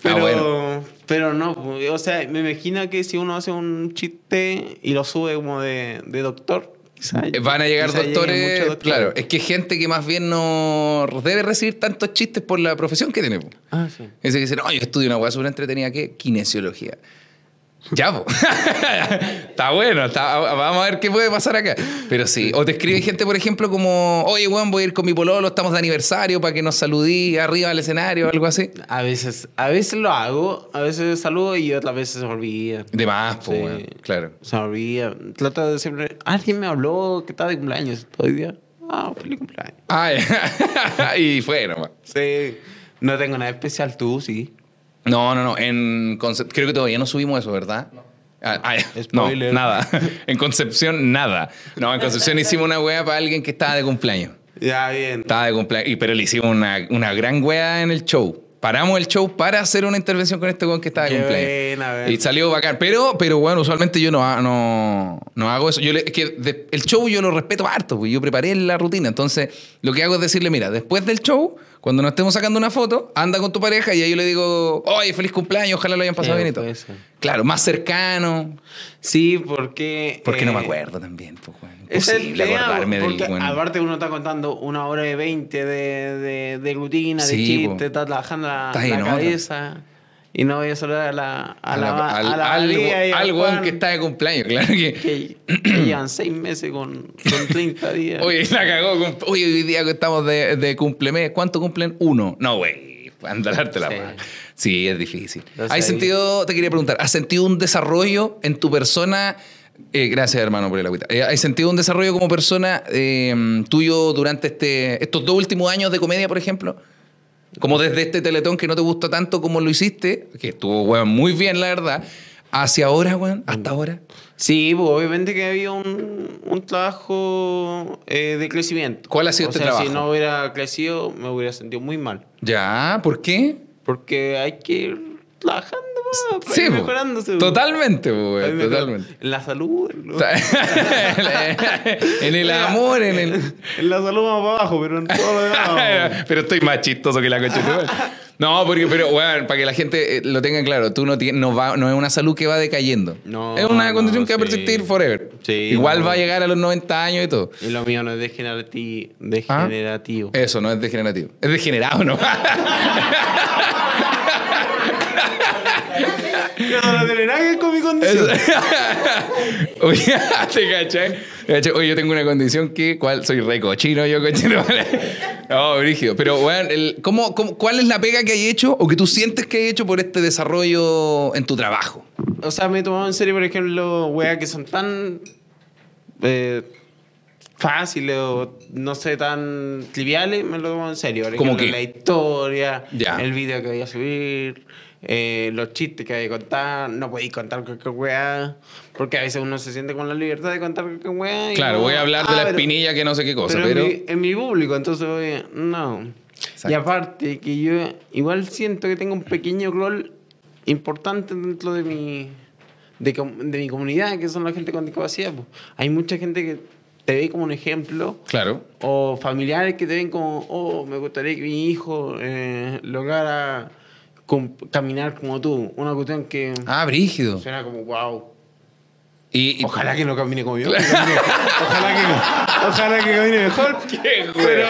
Speaker 2: Pero,
Speaker 1: Ah, bueno.
Speaker 2: pero no, pues, o sea, me imagino que si uno hace un chiste y lo sube como de, de doctor, quizá-
Speaker 1: Eh, Van a llegar
Speaker 2: quizá lleguen
Speaker 1: doctores,
Speaker 2: muchos doctores.
Speaker 1: Claro, es que gente que más bien no debe recibir tantos chistes por la profesión que tiene. po.
Speaker 2: Ah, sí.
Speaker 1: Ese que dice, no, yo estudio una hueá súper entretenida que kinesiología. Ya, po. [LAUGHS] está bueno, está- vamos a ver qué puede pasar acá. Pero sí, o te escribe gente, por ejemplo, como, oye, weón, voy a ir con mi pololo, estamos de aniversario para que nos saludí arriba al escenario o algo así.
Speaker 2: A veces, a veces lo hago, a veces saludo y otras veces se me olvida.
Speaker 1: De más, po,
Speaker 2: Sí.
Speaker 1: weón, claro.
Speaker 2: Se me olvida. Trato de siempre. Alguien me habló que estaba de cumpleaños todo el día. Ah, feliz cumpleaños.
Speaker 1: Ay, [LAUGHS] y fue nomás.
Speaker 2: Sí. No tengo nada especial, tú sí.
Speaker 1: No, no, no. En Concep- creo que todavía no subimos eso, ¿verdad? Ah, ah, ya. no,
Speaker 2: Spoiler.
Speaker 1: nada. [LAUGHS] En Concepción, nada. No, en Concepción hicimos una wea para alguien que estaba de cumpleaños.
Speaker 2: Ya, bien.
Speaker 1: Estaba de cumpleaños. Y, pero le hicimos una, una gran wea en el show. Paramos el show para hacer una intervención con este weón que estaba de
Speaker 2: Qué
Speaker 1: cumpleaños.
Speaker 2: buena, weón.
Speaker 1: y salió bacán. Pero, pero bueno, usualmente yo no, ha- no, no hago eso. Yo le- es que de- el show yo lo respeto harto, porque yo preparé la rutina. Entonces, lo que hago es decirle, mira, después del show, cuando nos estemos sacando una foto, anda con tu pareja y ahí yo le digo, oye, feliz cumpleaños, ojalá lo hayan pasado
Speaker 2: Sí, pues.
Speaker 1: bien y todo.
Speaker 2: puede ser.
Speaker 1: Claro, más cercano.
Speaker 2: Sí, porque.
Speaker 1: Porque no me
Speaker 2: eh,
Speaker 1: acuerdo también, pues, weón.
Speaker 2: Esa
Speaker 1: Imposible
Speaker 2: es la idea,
Speaker 1: acordarme del
Speaker 2: porque
Speaker 1: weón.
Speaker 2: Aparte, uno está contando una hora y veinte de, de, de rutina,
Speaker 1: Sí,
Speaker 2: de
Speaker 1: po.
Speaker 2: chiste, está trabajando la,
Speaker 1: Estás
Speaker 2: la
Speaker 1: en otra.
Speaker 2: cabeza. Y no voy a saludar a la. A
Speaker 1: A
Speaker 2: la,
Speaker 1: la-
Speaker 2: a
Speaker 1: al-
Speaker 2: la
Speaker 1: al-
Speaker 2: María y al
Speaker 1: al weón
Speaker 2: Juan,
Speaker 1: que está de cumpleaños, [LAUGHS] claro que.
Speaker 2: [LAUGHS]
Speaker 1: [CLEARS THROAT]
Speaker 2: Que, que llevan seis meses con, con 30 días.
Speaker 1: Oye, la cagó. comp- Oye, hoy día que estamos de, de cumplemes, ¿cuánto cumplen? Uno. No, güey. Andalarte la
Speaker 2: Sí.
Speaker 1: weá. Sí, es difícil.
Speaker 2: Entonces
Speaker 1: ¿Hay
Speaker 2: ahí-
Speaker 1: sentido, te quería preguntar, ¿has sentido un desarrollo en tu persona? Eh, gracias, hermano, por el agüita. Eh, ¿Has sentido un desarrollo como persona eh, tuyo durante este, estos dos últimos años de comedia, por ejemplo? Como desde este teletón que no te gusta tanto como lo hiciste, que estuvo, weón, muy bien, la verdad, hacia ahora, weón,
Speaker 2: Mm.
Speaker 1: hasta ahora.
Speaker 2: Sí, pues, obviamente que había un, un trabajo eh, de crecimiento.
Speaker 1: ¿Cuál ha sido
Speaker 2: o
Speaker 1: este
Speaker 2: sea,
Speaker 1: trabajo?
Speaker 2: Si no hubiera crecido, me hubiera sentido muy mal.
Speaker 1: Ya, ¿por qué?
Speaker 2: Porque hay que ir trabajando más, para
Speaker 1: Sí,
Speaker 2: ir
Speaker 1: po.
Speaker 2: mejorándose. po.
Speaker 1: Totalmente, po,
Speaker 2: Para
Speaker 1: güey,
Speaker 2: ir mejorando.
Speaker 1: totalmente.
Speaker 2: En la salud. en lo-
Speaker 1: [LAUGHS] en
Speaker 2: [LAUGHS]
Speaker 1: el amor, en el.
Speaker 2: En la salud vamos para abajo, pero en todo lo
Speaker 1: [LAUGHS]
Speaker 2: demás. pues.
Speaker 1: pero estoy más chistoso que la coche.
Speaker 2: [LAUGHS]
Speaker 1: No, porque, pero, bueno, para que la gente eh, lo tenga claro, tú no, tienes- no, va, no es una salud que va decayendo.
Speaker 2: No,
Speaker 1: es una
Speaker 2: no,
Speaker 1: condición que va a
Speaker 2: sí.
Speaker 1: persistir forever.
Speaker 2: Sí,
Speaker 1: Igual
Speaker 2: no.
Speaker 1: va a llegar a los 90 años y todo.
Speaker 2: y lo mío no es degenerati-
Speaker 1: Ah.
Speaker 2: degenerativo.
Speaker 1: Eso, no es degenerativo.
Speaker 2: [LAUGHS]
Speaker 1: Es degenerado, ¿no?
Speaker 2: Yo no tiene nada que ver con mi condición.
Speaker 1: [LAUGHS] Oye, ¿te cachai? ¿Te cachai? Oye, yo tengo una condición que... ¿Cuál? Soy re cochino, yo cochino. no, brígido. Pero, bueno, el- ¿cómo, cómo, cuál es la pega que hay hecho o que tú sientes que hay hecho por este desarrollo en tu trabajo?
Speaker 2: O sea, me he tomado en serio, por ejemplo, weas que son tan eh, fáciles o no sé, tan triviales, me lo tomo en serio. Por
Speaker 1: ¿Cómo
Speaker 2: ejemplo,
Speaker 1: qué?
Speaker 2: La historia,
Speaker 1: Ya.
Speaker 2: el video que voy a subir, eh, los chistes que voy a contar, no podéis contar cualquier wea, porque a veces uno se siente con la libertad de contar cualquier wea. y
Speaker 1: Claro,
Speaker 2: no,
Speaker 1: voy a hablar de
Speaker 2: ah,
Speaker 1: la
Speaker 2: pero-
Speaker 1: espinilla que no sé qué cosa,
Speaker 2: pero,
Speaker 1: pero...
Speaker 2: En, mi, en mi público, entonces oye, no.
Speaker 1: Exacto.
Speaker 2: Y aparte que yo igual siento que tengo un pequeño rol importante dentro de mi de, com- de mi comunidad, que son la gente con discapacidad. po. Hay mucha gente que te ve como un ejemplo
Speaker 1: Claro.
Speaker 2: o familiares que te ven como, oh, me gustaría que mi hijo eh, lograra com- caminar como tú. Una cuestión que
Speaker 1: Ah, brígido.
Speaker 2: suena como, wow,
Speaker 1: Y, y- [LAUGHS]
Speaker 2: Ojalá que no camine como yo. ojalá, que, ojalá que camine
Speaker 1: [LAUGHS]
Speaker 2: mejor. pero,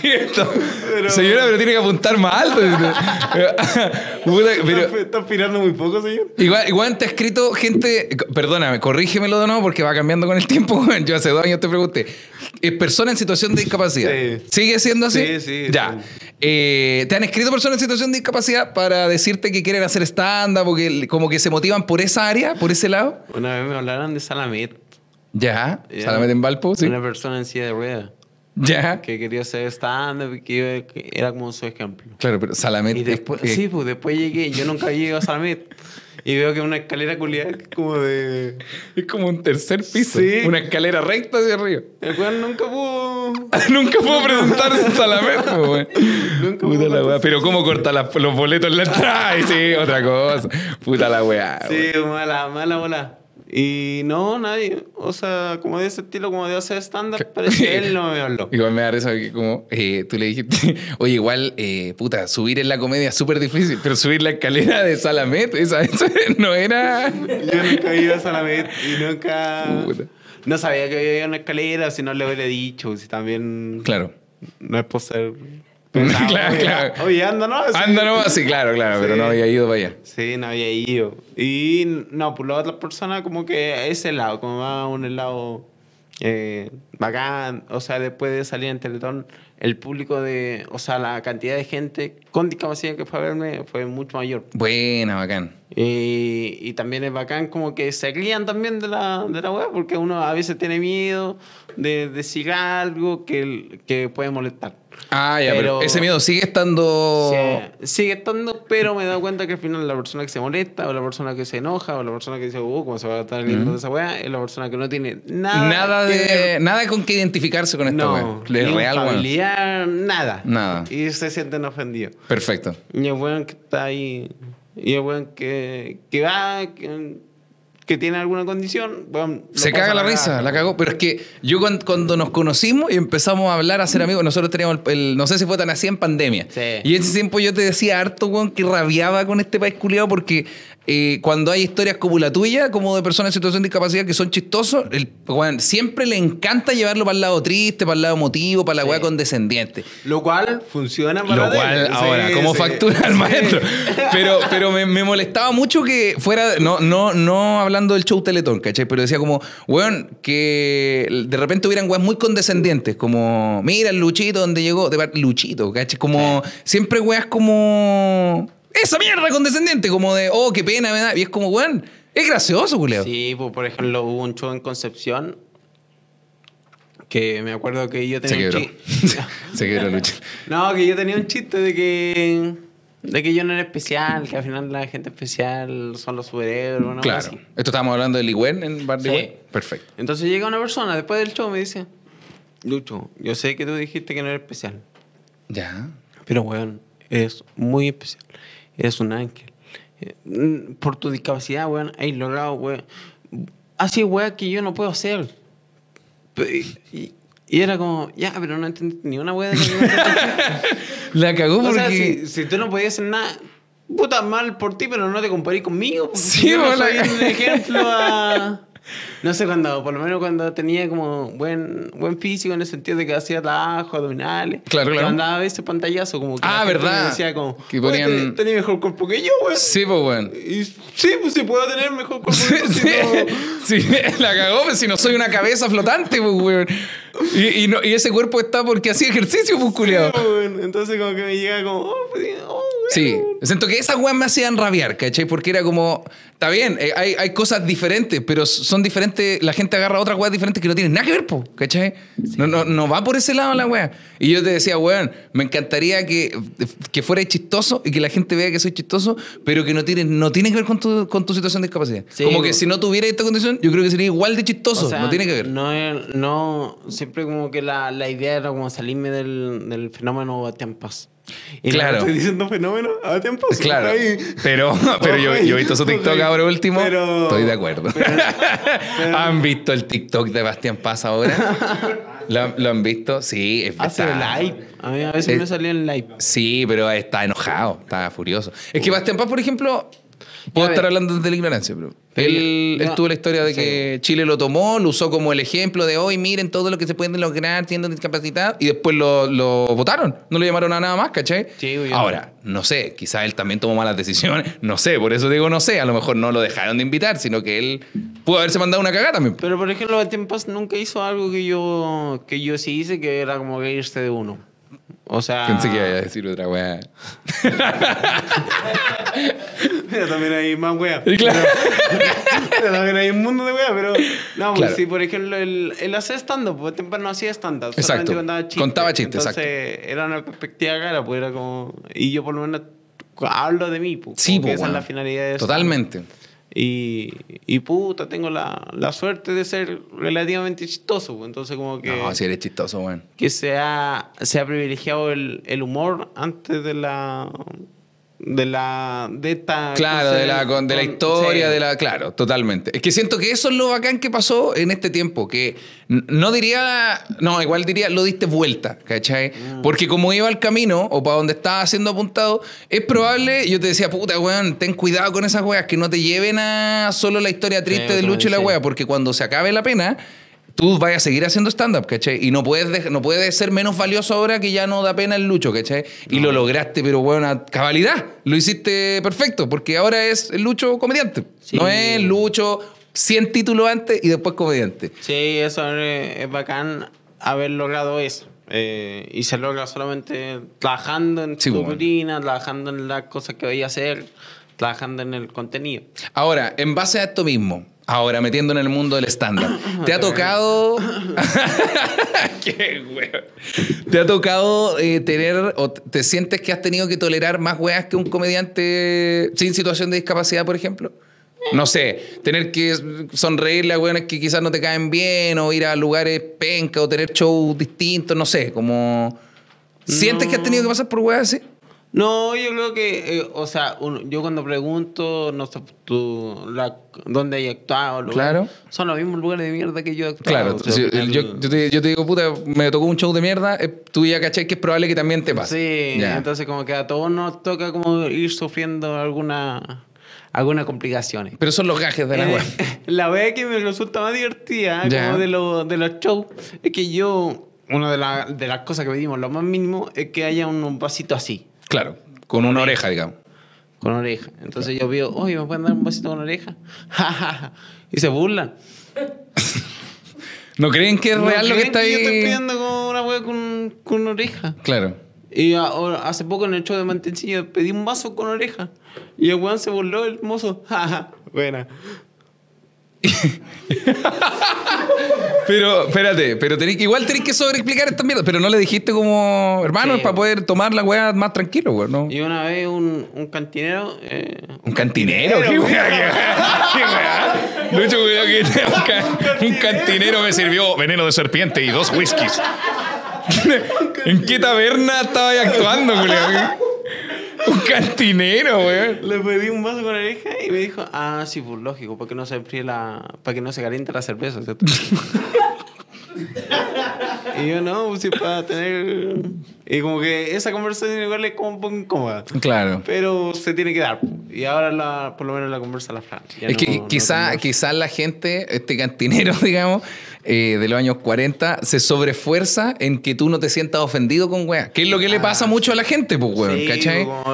Speaker 1: Quieto.
Speaker 2: Pero-
Speaker 1: Señora, pero tiene que apuntar más
Speaker 2: [LAUGHS]
Speaker 1: alto. Puta, pero...
Speaker 2: ¿Está- ¿Está aspirando muy poco, señor?
Speaker 1: Igual, igual te ha escrito gente, c- perdóname, corrígemelo de nuevo porque va cambiando con el tiempo. [LAUGHS] weón. Yo hace dos años te pregunté, ¿es persona en situación de discapacidad?
Speaker 2: Sí.
Speaker 1: ¿Sigue siendo así?
Speaker 2: Sí, sí,
Speaker 1: Ya. Eh, ¿Te han escrito personas en situación de discapacidad para decirte que quieren hacer stand-up o que como que se motivan por esa área, por ese lado?
Speaker 2: Una vez me hablaron de Salamet.
Speaker 1: Ya.
Speaker 2: Ya.
Speaker 1: Salamet en Valpo, sí.
Speaker 2: Una persona en silla de ruedas
Speaker 1: Ya.
Speaker 2: que quería ser stand-up y que iba- que era como su ejemplo.
Speaker 1: Claro, pero Salamet.
Speaker 2: Y
Speaker 1: es-
Speaker 2: después,
Speaker 1: eh,
Speaker 2: sí, pues después llegué. Yo nunca había ido a Salamet. Y veo que una escalera culiada que es como de.
Speaker 1: Es como un tercer piso.
Speaker 2: Sí.
Speaker 1: Una escalera recta hacia arriba.
Speaker 2: El cual nunca pudo.
Speaker 1: [LAUGHS] Nunca puedo preguntar en Salamet,
Speaker 2: [LAUGHS]
Speaker 1: po, weón.
Speaker 2: Nunca pudo
Speaker 1: Puta la
Speaker 2: contar
Speaker 1: weá. Pero cómo corta las- los boletos en la entrada. [LAUGHS] Ay, sí, otra cosa. Puta la weá.
Speaker 2: Sí, mala, mala bola. Y no, nadie. O sea, como de ese estilo, como de hacer stand-up, pero es
Speaker 1: [LAUGHS]
Speaker 2: que él no me habló.
Speaker 1: weón. Igual me da risa que como eh, tú le dijiste, [LAUGHS] oye, igual, eh, puta, subir en la comedia es súper difícil, pero subir la escalera de Salamet, esa, [LAUGHS] esa no era...
Speaker 2: Yo nunca he ido a Salamet y nunca.
Speaker 1: Puta.
Speaker 2: No sabía que había una escalera, si no le hubiera dicho, si también.
Speaker 1: Claro.
Speaker 2: No es por ser.
Speaker 1: [LAUGHS] Claro,
Speaker 2: oye,
Speaker 1: claro.
Speaker 2: Oye, anda, ¿no? Sí.
Speaker 1: Anda nomás, sí, claro, claro, pero
Speaker 2: Sí.
Speaker 1: no había ido para allá.
Speaker 2: Sí, no había ido. Y no, por la otra persona, como que a ese lado, como va a un lado eh, bacán. O sea, después de salir en Teletón, el público de. O sea, la cantidad de gente con discapacidad que fue a verme fue mucho mayor.
Speaker 1: Buena, bacán.
Speaker 2: Y, y también es bacán como que se crían también de la, de la web, porque uno a veces tiene miedo de, decir algo que, que puede molestar.
Speaker 1: Ah, ya, pero,
Speaker 2: Pero-
Speaker 1: ese miedo sigue estando...
Speaker 2: Sí, sigue estando, pero me he dado cuenta que al final la persona que se molesta, o la persona que se enoja, o la persona que dice, uh, ¿cómo se va a estar riendo de esa weá? Es la persona que no tiene nada.
Speaker 1: Nada,
Speaker 2: que ver
Speaker 1: de, nada con que identificarse con esta
Speaker 2: no,
Speaker 1: weá.
Speaker 2: ni
Speaker 1: Es
Speaker 2: un
Speaker 1: real, weón.
Speaker 2: familiar, nada.
Speaker 1: Nada.
Speaker 2: Y se sienten ofendidos.
Speaker 1: Perfecto.
Speaker 2: Y el weón que está ahí. Y el weón que, que va, que, que tiene alguna condición. weón, lo
Speaker 1: Se
Speaker 2: pasa
Speaker 1: caga la risa, la cagó. Pero es que yo cuan- cuando, nos conocimos y empezamos a hablar, a ser amigos, nosotros teníamos el, el- no sé si fue tan así en pandemia.
Speaker 2: Sí.
Speaker 1: Y ese tiempo yo te decía harto, weón, que rabiaba con este país culiado porque eh, cuando hay historias como la tuya, como de personas en situación de discapacidad que son chistosos, el, weón, siempre le encanta llevarlo para el lado triste, para el lado emotivo, para la
Speaker 2: Sí.
Speaker 1: weá condescendiente.
Speaker 2: Lo cual funciona para
Speaker 1: Lo cual
Speaker 2: él.
Speaker 1: ahora,
Speaker 2: Sí,
Speaker 1: ¿cómo
Speaker 2: sí.
Speaker 1: factura el
Speaker 2: Sí. [LAUGHS]
Speaker 1: maestro? Pero, pero me, me molestaba mucho que fuera, no, no, no hablando del show Teletón, ¿cachai? Pero decía como, weón, que de repente hubieran weas muy condescendientes, como, mira el Luchito donde llegó, de par- Luchito, ¿cachai? Como, siempre weas como, esa mierda condescendiente, como de, oh, qué pena, me da. Y es como, weón, es gracioso, culeo.
Speaker 2: Sí, pues, por ejemplo, hubo un show en Concepción que me acuerdo que yo
Speaker 1: Se
Speaker 2: tenía
Speaker 1: quebró.
Speaker 2: un chiste.
Speaker 1: [LAUGHS] Se quebró Luchito.
Speaker 2: [LAUGHS] No, que yo tenía un chiste de que de que yo no era especial, que al final la gente especial son los superhéroes, ¿no?
Speaker 1: Claro.
Speaker 2: Así.
Speaker 1: Esto estábamos hablando de Ligüen en Bar
Speaker 2: Sí.
Speaker 1: Ligüen. Perfecto.
Speaker 2: Entonces llega una persona después del show y me dice, "Lucho, yo sé que tú dijiste que no era especial,
Speaker 1: Ya.
Speaker 2: pero weón, eres muy especial. Eres un ángel. Eh, mm, Por tu discapacidad, weón, has logrado, weón. Así, weón, que yo no puedo hacer. Pe- Y, y era como, ya, pero no entendí ni una weón.
Speaker 1: La cagó
Speaker 2: o
Speaker 1: Pues porque...
Speaker 2: sea, si, si tú no podías hacer nada, puta mal por ti, pero no te comparís conmigo. porque
Speaker 1: Sí, [LAUGHS]
Speaker 2: yo no
Speaker 1: weón, la-
Speaker 2: soy un ejemplo a. No sé, cuando, por lo menos cuando tenía como buen, buen físico en el sentido de que hacía trabajo, abdominales.
Speaker 1: Claro, claro.
Speaker 2: Que andaba a veces pantallazo, como que.
Speaker 1: Ah,
Speaker 2: la gente
Speaker 1: ¿verdad?
Speaker 2: me Decía como.
Speaker 1: Que
Speaker 2: Que
Speaker 1: ponían-
Speaker 2: Tenía mejor cuerpo que yo, güey.
Speaker 1: Sí, pues, weón.
Speaker 2: Y sí, pues sí, puedo tener mejor cuerpo
Speaker 1: Sí,
Speaker 2: que yo.
Speaker 1: [LAUGHS] sí,
Speaker 2: si no-
Speaker 1: sí, la cagó, pues, si no soy una cabeza flotante, pues, weón. Y, y no- y ese cuerpo está porque hacía ejercicio, pues, culiao.
Speaker 2: Sí, weón. [LAUGHS] Entonces como que me llega como, oh, pues, oh, weón.
Speaker 1: Sí, siento que esas weas me hacían rabiar, ¿cachai? Porque era como, está bien, eh, hay, hay cosas diferentes, pero son diferentes, la gente agarra otras weas diferentes que no tienen nada que ver, po, ¿cachai? No, no, no va por ese lado la wea. Y yo te decía, weón, me encantaría que, que fuera chistoso y que la gente vea que soy chistoso, pero que no tiene, no tiene que ver con tu, con tu situación de discapacidad.
Speaker 2: Sí,
Speaker 1: como que
Speaker 2: po.
Speaker 1: si no tuviera esta condición, yo creo que sería igual de
Speaker 2: O
Speaker 1: chistoso,
Speaker 2: sea,
Speaker 1: no tiene que ver.
Speaker 2: No, es- no, siempre como que la, la idea era como salirme del, del fenómeno Bastián Paz. Y
Speaker 1: Claro.
Speaker 2: claro. Estoy diciendo fenómeno Bastián [LAUGHS] Paz.
Speaker 1: Claro,
Speaker 2: ojo ahí.
Speaker 1: pero, [LAUGHS] pero yo, yo he visto su
Speaker 2: Ojo ahí.
Speaker 1: TikTok ahora último.
Speaker 2: Pero-
Speaker 1: Estoy de acuerdo. [LAUGHS]
Speaker 2: pero-
Speaker 1: ¿Han visto el TikTok de Bastián Paz
Speaker 2: [LAUGHS]
Speaker 1: ahora? ¿Lo, lo han visto? Sí, es
Speaker 2: Hace
Speaker 1: está-
Speaker 2: live. A mí a veces
Speaker 1: Eh,
Speaker 2: me salía en live.
Speaker 1: Sí, pero está enojado, está furioso. Es que Bastián Paz, por ejemplo, puedo
Speaker 2: Ya
Speaker 1: estar
Speaker 2: ves.
Speaker 1: hablando desde la ignorancia, pero él,
Speaker 2: Ya.
Speaker 1: él tuvo la historia de que Chile lo tomó, lo usó como el ejemplo de hoy, miren todo lo que se puede lograr siendo discapacitado, y después lo, lo votaron, no lo llamaron a nada más, ¿cachai?
Speaker 2: Sí, obvio.
Speaker 1: Ahora, no sé, quizás él también tomó malas decisiones, [LAUGHS] no sé, por eso digo no sé, a lo mejor no lo dejaron de invitar, sino que él pudo haberse mandado una cagada también.
Speaker 2: Pero por ejemplo, Bastián Paz nunca hizo algo que yo, que yo sí hice, que era como que irse de uno. O sea...
Speaker 1: Pensé que iba a decir otra weá.
Speaker 2: [LAUGHS] Pero también hay más weas.
Speaker 1: Y claro.
Speaker 2: [LAUGHS] Pero también hay un mundo de weas, pero. No, pues
Speaker 1: Claro.
Speaker 2: sí, por ejemplo, él, él hacía stand-up, pues Temper no hacía stand-up.
Speaker 1: Exacto.
Speaker 2: solamente Contaba chistes.
Speaker 1: Contaba chistes,
Speaker 2: Entonces, era una perspectiva cara, pues era como. Y yo por lo menos hablo de mí, pues.
Speaker 1: Sí,
Speaker 2: como que
Speaker 1: pues,
Speaker 2: Esa
Speaker 1: weón.
Speaker 2: es la finalidad de eso.
Speaker 1: Totalmente.
Speaker 2: Y, y puta, tengo la, la suerte de ser relativamente chistoso, pues. Entonces, como que.
Speaker 1: No, si eres chistoso, weón.
Speaker 2: Que se ha, se ha privilegiado el, el humor antes de la. De la. De esta.
Speaker 1: Claro, de la, con- de la
Speaker 2: con-
Speaker 1: historia,
Speaker 2: sí.
Speaker 1: de la. Claro, totalmente. Es que siento que eso es lo bacán que pasó en este tiempo, que n- no diría. No, igual diría, lo diste vuelta, ¿cachai?
Speaker 2: Ah.
Speaker 1: Porque como iba al camino o para donde estaba siendo apuntado, es probable, yo te decía, puta, weón, ten cuidado con esas weas, que no te lleven a solo la historia triste
Speaker 2: Sí,
Speaker 1: de Lucho y la
Speaker 2: sí.
Speaker 1: wea, porque cuando se acabe la pena. Tú vayas a seguir haciendo stand-up, ¿cachai? Y no puedes, dej- no puedes ser menos valioso ahora que ya no da pena el lucho, ¿cachai? Y lo lograste, pero bueno, a cabalidad. Lo hiciste perfecto, porque ahora es el lucho comediante.
Speaker 2: Sí.
Speaker 1: No es lucho 100 títulos antes y después comediante.
Speaker 2: Sí, eso es, es bacán haber logrado eso. Eh, y se logra solamente trabajando en
Speaker 1: Sí,
Speaker 2: tu
Speaker 1: bueno.
Speaker 2: rutina, trabajando en las cosas que voy a hacer, trabajando en el contenido.
Speaker 1: Ahora, en base a esto mismo, ahora metiendo en el mundo del [COUGHS] estándar, ¿te ha tocado. [LAUGHS] ¡Qué huevo! ¿Te ha tocado eh, tener o t- te sientes que has tenido que tolerar más weas que un comediante sin situación de discapacidad, por ejemplo? No sé, tener que sonreírle a weones que quizás no te caen bien, o ir a lugares penca, o tener shows distintos, no sé, como. ¿Sientes que has tenido que pasar por weas así?
Speaker 2: No, yo creo que, eh, o sea, uno- yo cuando pregunto, no sé, tú, la- dónde hay actuado, lugar,
Speaker 1: Claro.
Speaker 2: son los mismos lugares de mierda que yo he
Speaker 1: Claro,
Speaker 2: actuado. o sea,
Speaker 1: si-
Speaker 2: al final-
Speaker 1: yo, yo te, yo te digo, puta, me tocó un show de mierda, eh, tú ya caché que es probable que también te pase.
Speaker 2: Sí,
Speaker 1: Ya.
Speaker 2: entonces como que a todos nos toca como ir sufriendo alguna, algunas complicaciones.
Speaker 1: Pero son los gajes de la
Speaker 2: Eh,
Speaker 1: web.
Speaker 2: [LAUGHS] la wea que me resulta más divertida,
Speaker 1: Ya.
Speaker 2: como de, lo- de los shows, es que yo, una de, la- de las cosas que pedimos, lo más mínimo, es que haya un, un vasito así,
Speaker 1: Claro, con una oreja, digamos.
Speaker 2: con oreja. Entonces yo pido, oye, ¿me pueden dar un vasito con oreja? [LAUGHS] Ja, ja, ja. y se burlan.
Speaker 1: ¿No creen que es
Speaker 2: ¿No
Speaker 1: real lo que
Speaker 2: creen
Speaker 1: está ahí?
Speaker 2: Yo estoy pidiendo como una wea con, con oreja.
Speaker 1: Claro.
Speaker 2: Y ahora, hace poco en el show de Mantencillo pedí un vaso con oreja. Y el weón se burló, el mozo. [LAUGHS] Ja, ja. Buena.
Speaker 1: Pero, espérate, pero tenés, igual tenés que sobreexplicar esta mierda. Pero no le dijiste como, hermano,
Speaker 2: Sí,
Speaker 1: es para
Speaker 2: bueno.
Speaker 1: poder tomar la weá más tranquilo, weón. ¿no?
Speaker 2: Y una vez un, un cantinero... eh,
Speaker 1: Un cantinero, qué weá, qué weá, qué weá. Lucho, cuidado que un, ca- un cantinero me sirvió veneno de serpiente y dos whiskies. ¿En qué taberna estaba ahí actuando, culiao? Un cantinero, weón.
Speaker 2: Le pedí un vaso con oreja y me dijo, ah, sí, pues lógico, para que no se enfríe la... para que no se caliente la cerveza, ¿cierto? [LAUGHS] Y yo no, pues sí, para tener. Y como que esa conversación igual es como un poco incómoda.
Speaker 1: Claro.
Speaker 2: Pero se tiene que dar. Y ahora la, por lo menos la conversa la Fran. Ya
Speaker 1: Es
Speaker 2: no-
Speaker 1: que
Speaker 2: no
Speaker 1: quizá,
Speaker 2: tengo-
Speaker 1: quizá la gente, este cantinero, [LAUGHS] digamos, eh, de los años 40, se sobrefuerza en que tú no te sientas ofendido con weá. Que es lo que le pasa mucho a la gente, Ah, pues, weón,
Speaker 2: Sí,
Speaker 1: ¿cachai?
Speaker 2: como-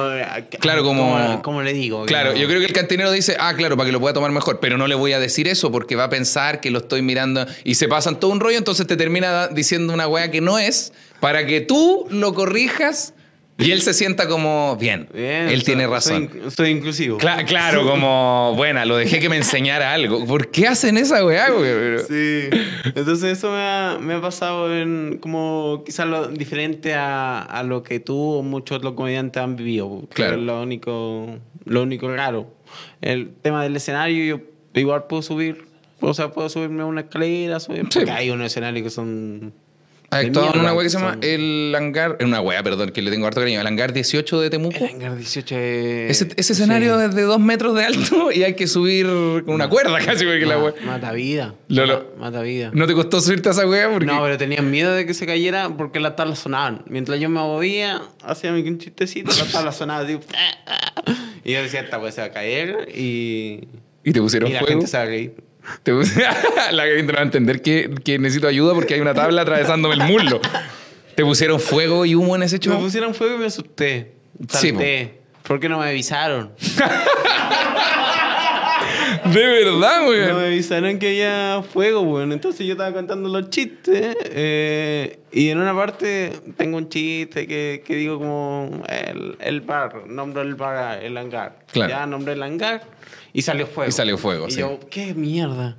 Speaker 1: Claro, como-
Speaker 2: ¿Cómo, cómo le digo?
Speaker 1: Claro,
Speaker 2: Que-
Speaker 1: yo creo que el cantinero dice, ah, claro, para que lo pueda tomar mejor, pero no le voy a decir eso porque va a pensar que lo estoy mirando y se pasan todo un rollo, entonces te termina da- diciendo una weá que no es para que tú lo corrijas y él se sienta como, bien,
Speaker 2: Bien,
Speaker 1: él
Speaker 2: so-
Speaker 1: tiene
Speaker 2: soy
Speaker 1: razón.
Speaker 2: in- soy inclusivo.
Speaker 1: Cla- claro, como, buena, lo dejé que me enseñara algo. ¿Por qué hacen esa weá, güey?
Speaker 2: Sí. [LAUGHS] Entonces eso me ha, me ha pasado en como quizás lo diferente a, a lo que tú o muchos los comediantes han vivido. que
Speaker 1: Claro.
Speaker 2: es Lo único, lo único raro. El tema del escenario, yo igual puedo subir. O sea, puedo subirme a una escalera, subir.
Speaker 1: Sí.
Speaker 2: Porque hay unos escenarios que son.
Speaker 1: Ha
Speaker 2: de
Speaker 1: actuado en
Speaker 2: mierda,
Speaker 1: una weá que se llama
Speaker 2: son-
Speaker 1: El Hangar, en una weá, perdón, que le tengo harto cariño, El Hangar 18 de Temuco.
Speaker 2: El hangar 18 es-
Speaker 1: Ese, ese escenario
Speaker 2: Eh, sí.
Speaker 1: es de dos metros de alto [LAUGHS] y hay que subir con una cuerda casi porque la
Speaker 2: Ma-
Speaker 1: weá...
Speaker 2: Mata vida.
Speaker 1: Lo- lo-
Speaker 2: Ma- Mata vida.
Speaker 1: ¿No te costó subirte a esa weá? Porque...
Speaker 2: No, pero tenía miedo de que se cayera porque las tablas sonaban. Mientras yo me movía, hacía mi chistecito, las tablas sonaban. digo, y yo decía, esta weá se va a caer y,
Speaker 1: Y te pusieron
Speaker 2: y la
Speaker 1: fuego.
Speaker 2: gente se va a reír.
Speaker 1: Te pus- [LAUGHS] la gente no va a entender que, que necesito ayuda porque hay una tabla atravesándome el muslo. ¿Te pusieron fuego y humo en ese
Speaker 2: Me
Speaker 1: show?
Speaker 2: pusieron fuego y me asusté.
Speaker 1: Sí,
Speaker 2: Salté. ¿Por qué no me avisaron?
Speaker 1: De verdad, weón.
Speaker 2: No me avisaron que había fuego, weón. Entonces yo estaba contando los chistes. eh, y en una parte tengo un chiste que, que digo como el, el bar, nombro el bar, el hangar.
Speaker 1: Claro.
Speaker 2: Ya nombré el hangar y salió fuego.
Speaker 1: Y salió fuego,
Speaker 2: y
Speaker 1: sí.
Speaker 2: yo, qué mierda.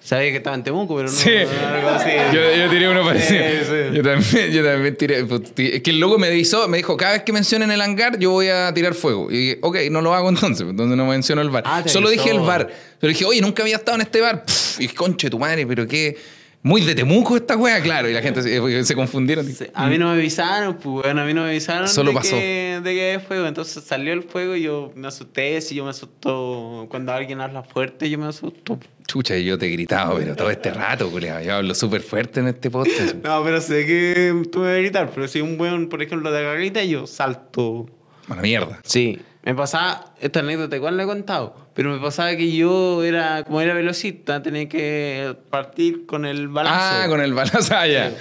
Speaker 2: Sabía que estaba en Temuco, pero no.
Speaker 1: Sí.
Speaker 2: algo así.
Speaker 1: Yo, yo tiré uno parecido.
Speaker 2: Sí, sí.
Speaker 1: Yo, también, yo también tiré. pues, ti- Es que el loco me avisó, me dijo, cada vez que mencionen el hangar, yo voy a tirar fuego. Y dije, ok, no lo hago entonces, pues, entonces no menciono el bar.
Speaker 2: Ah, te
Speaker 1: Solo
Speaker 2: avisó.
Speaker 1: dije el bar. Pero dije, oye, nunca había estado en este bar. Pff, y conche tu madre, pero qué. Muy de Temuco esta wea, claro. Y la gente se, se confundieron.
Speaker 2: Sí, A mí no me avisaron, pues, weón, a mí no me avisaron
Speaker 1: Solo
Speaker 2: de,
Speaker 1: pasó.
Speaker 2: Que, de que había fuego. Entonces salió el fuego y yo me asusté. Si yo me asusto cuando alguien habla fuerte, yo me asusto.
Speaker 1: Chucha, y yo te he gritado, pero todo este rato, culiao. Yo hablo súper fuerte en este podcast.
Speaker 2: No, pero sé que tú me vas a gritar. Pero si un weón, por ejemplo, te grita, yo salto.
Speaker 1: A la mierda.
Speaker 2: Sí. Me pasaba, esta anécdota igual la he contado, pero me pasaba que yo era, como era velocista, tenía que partir con el balazo.
Speaker 1: Ah, con el balazo ah, ya.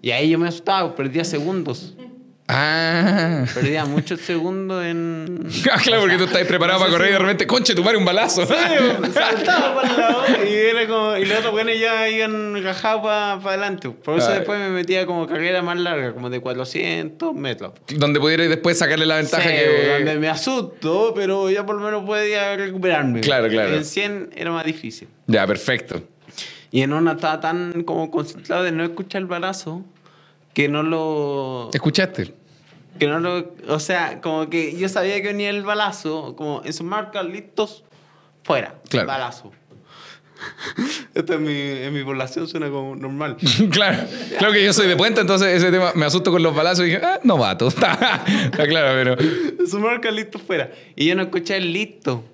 Speaker 2: Y ahí yo me asustaba, perdía segundos.
Speaker 1: Ah.
Speaker 2: Perdía muchos segundos en...
Speaker 1: Ah, claro, porque tú estás preparado para correr y de repente, conche, tu madre, un balazo. [LAUGHS]
Speaker 2: saltaba para el lado [LAUGHS] y era como y los otros buenos ya iban rajados para adelante por eso
Speaker 1: Ay.
Speaker 2: después me metía como carrera más larga como de 400 metros
Speaker 1: donde pudiera después sacarle la ventaja
Speaker 2: Sí, donde
Speaker 1: que...
Speaker 2: me asusto pero ya por lo menos podía recuperarme
Speaker 1: Claro, claro.
Speaker 2: en 100 era más difícil
Speaker 1: Ya, perfecto.
Speaker 2: y en una estaba tan como concentrado de no escuchar el balazo que no lo
Speaker 1: ¿Escuchaste? [LAUGHS]
Speaker 2: que no lo o sea como que yo sabía que venía el balazo como en sus marcas listos fuera
Speaker 1: Claro.
Speaker 2: balazo [LAUGHS] esto en mi, en mi población suena como normal
Speaker 1: claro, claro que yo soy de puente, entonces ese tema me asusto con los balazos y dije, ah, no mato. [LAUGHS] Está, está claro, pero...
Speaker 2: en sus marcas listos fuera y yo no escuché el listo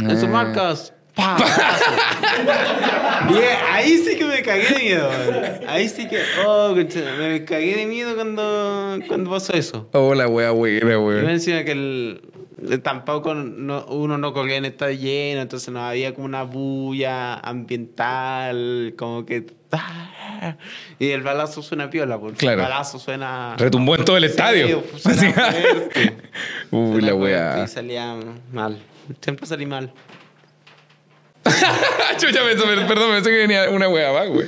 Speaker 2: en sus marcas pa, balazo. y eh, ahí sí que me cagué de miedo man. ahí sí que oh concha, me cagué de miedo cuando cuando pasó eso
Speaker 1: [LAUGHS] Oh, la wea buena,
Speaker 2: Y
Speaker 1: wea.
Speaker 2: me decía que el, eh, tampoco no- uno no corría en estado lleno, entonces no había como una bulla ambiental, como que... [LAUGHS] ¡ah! Y el balazo suena piola, porque
Speaker 1: Claro.
Speaker 2: el balazo suena...
Speaker 1: Retumbó en todo el estadio. [LAUGHS]
Speaker 2: Sí, suena
Speaker 1: Así-
Speaker 2: fuerte.
Speaker 1: Uy,
Speaker 2: Suena
Speaker 1: la
Speaker 2: fuerte
Speaker 1: wea.
Speaker 2: Y salía mal. Siempre salí mal.
Speaker 1: [LAUGHS] Chucha, pensé- per- perdón, pensé que venía una wea más, güey.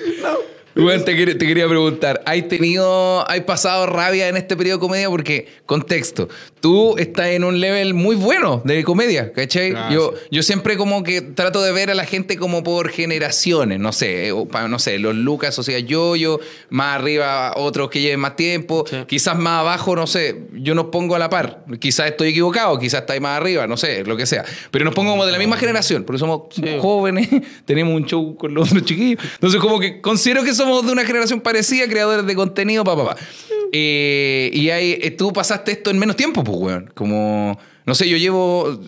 Speaker 1: Güey, te, quer- te quería preguntar, ¿hay tenido, hay pasado rabia en este periodo de comedia? Porque, contexto, tú estás en un level muy bueno de comedia, ¿cachai?
Speaker 2: Ah,
Speaker 1: yo,
Speaker 2: sí.
Speaker 1: yo siempre como que trato de ver a la gente como por generaciones, no sé, eh, o pa- no sé, los Lucas, o sea, yo, yo, más arriba otros que lleven más tiempo,
Speaker 2: Sí.
Speaker 1: quizás más abajo, no sé, yo nos pongo a la par, quizás estoy equivocado, quizás estáis más arriba, no sé, lo que sea, pero nos pongo como de la misma generación, porque somos
Speaker 2: Ah. Sí.
Speaker 1: jóvenes, [LAUGHS] tenemos un show con los otros chiquillos, entonces como que considero que somos de una generación parecida, creadores de contenido, pa, pa, pa. Eh, y ahí, eh, tú pasaste esto en menos tiempo, pues, weón, como... no sé, yo llevo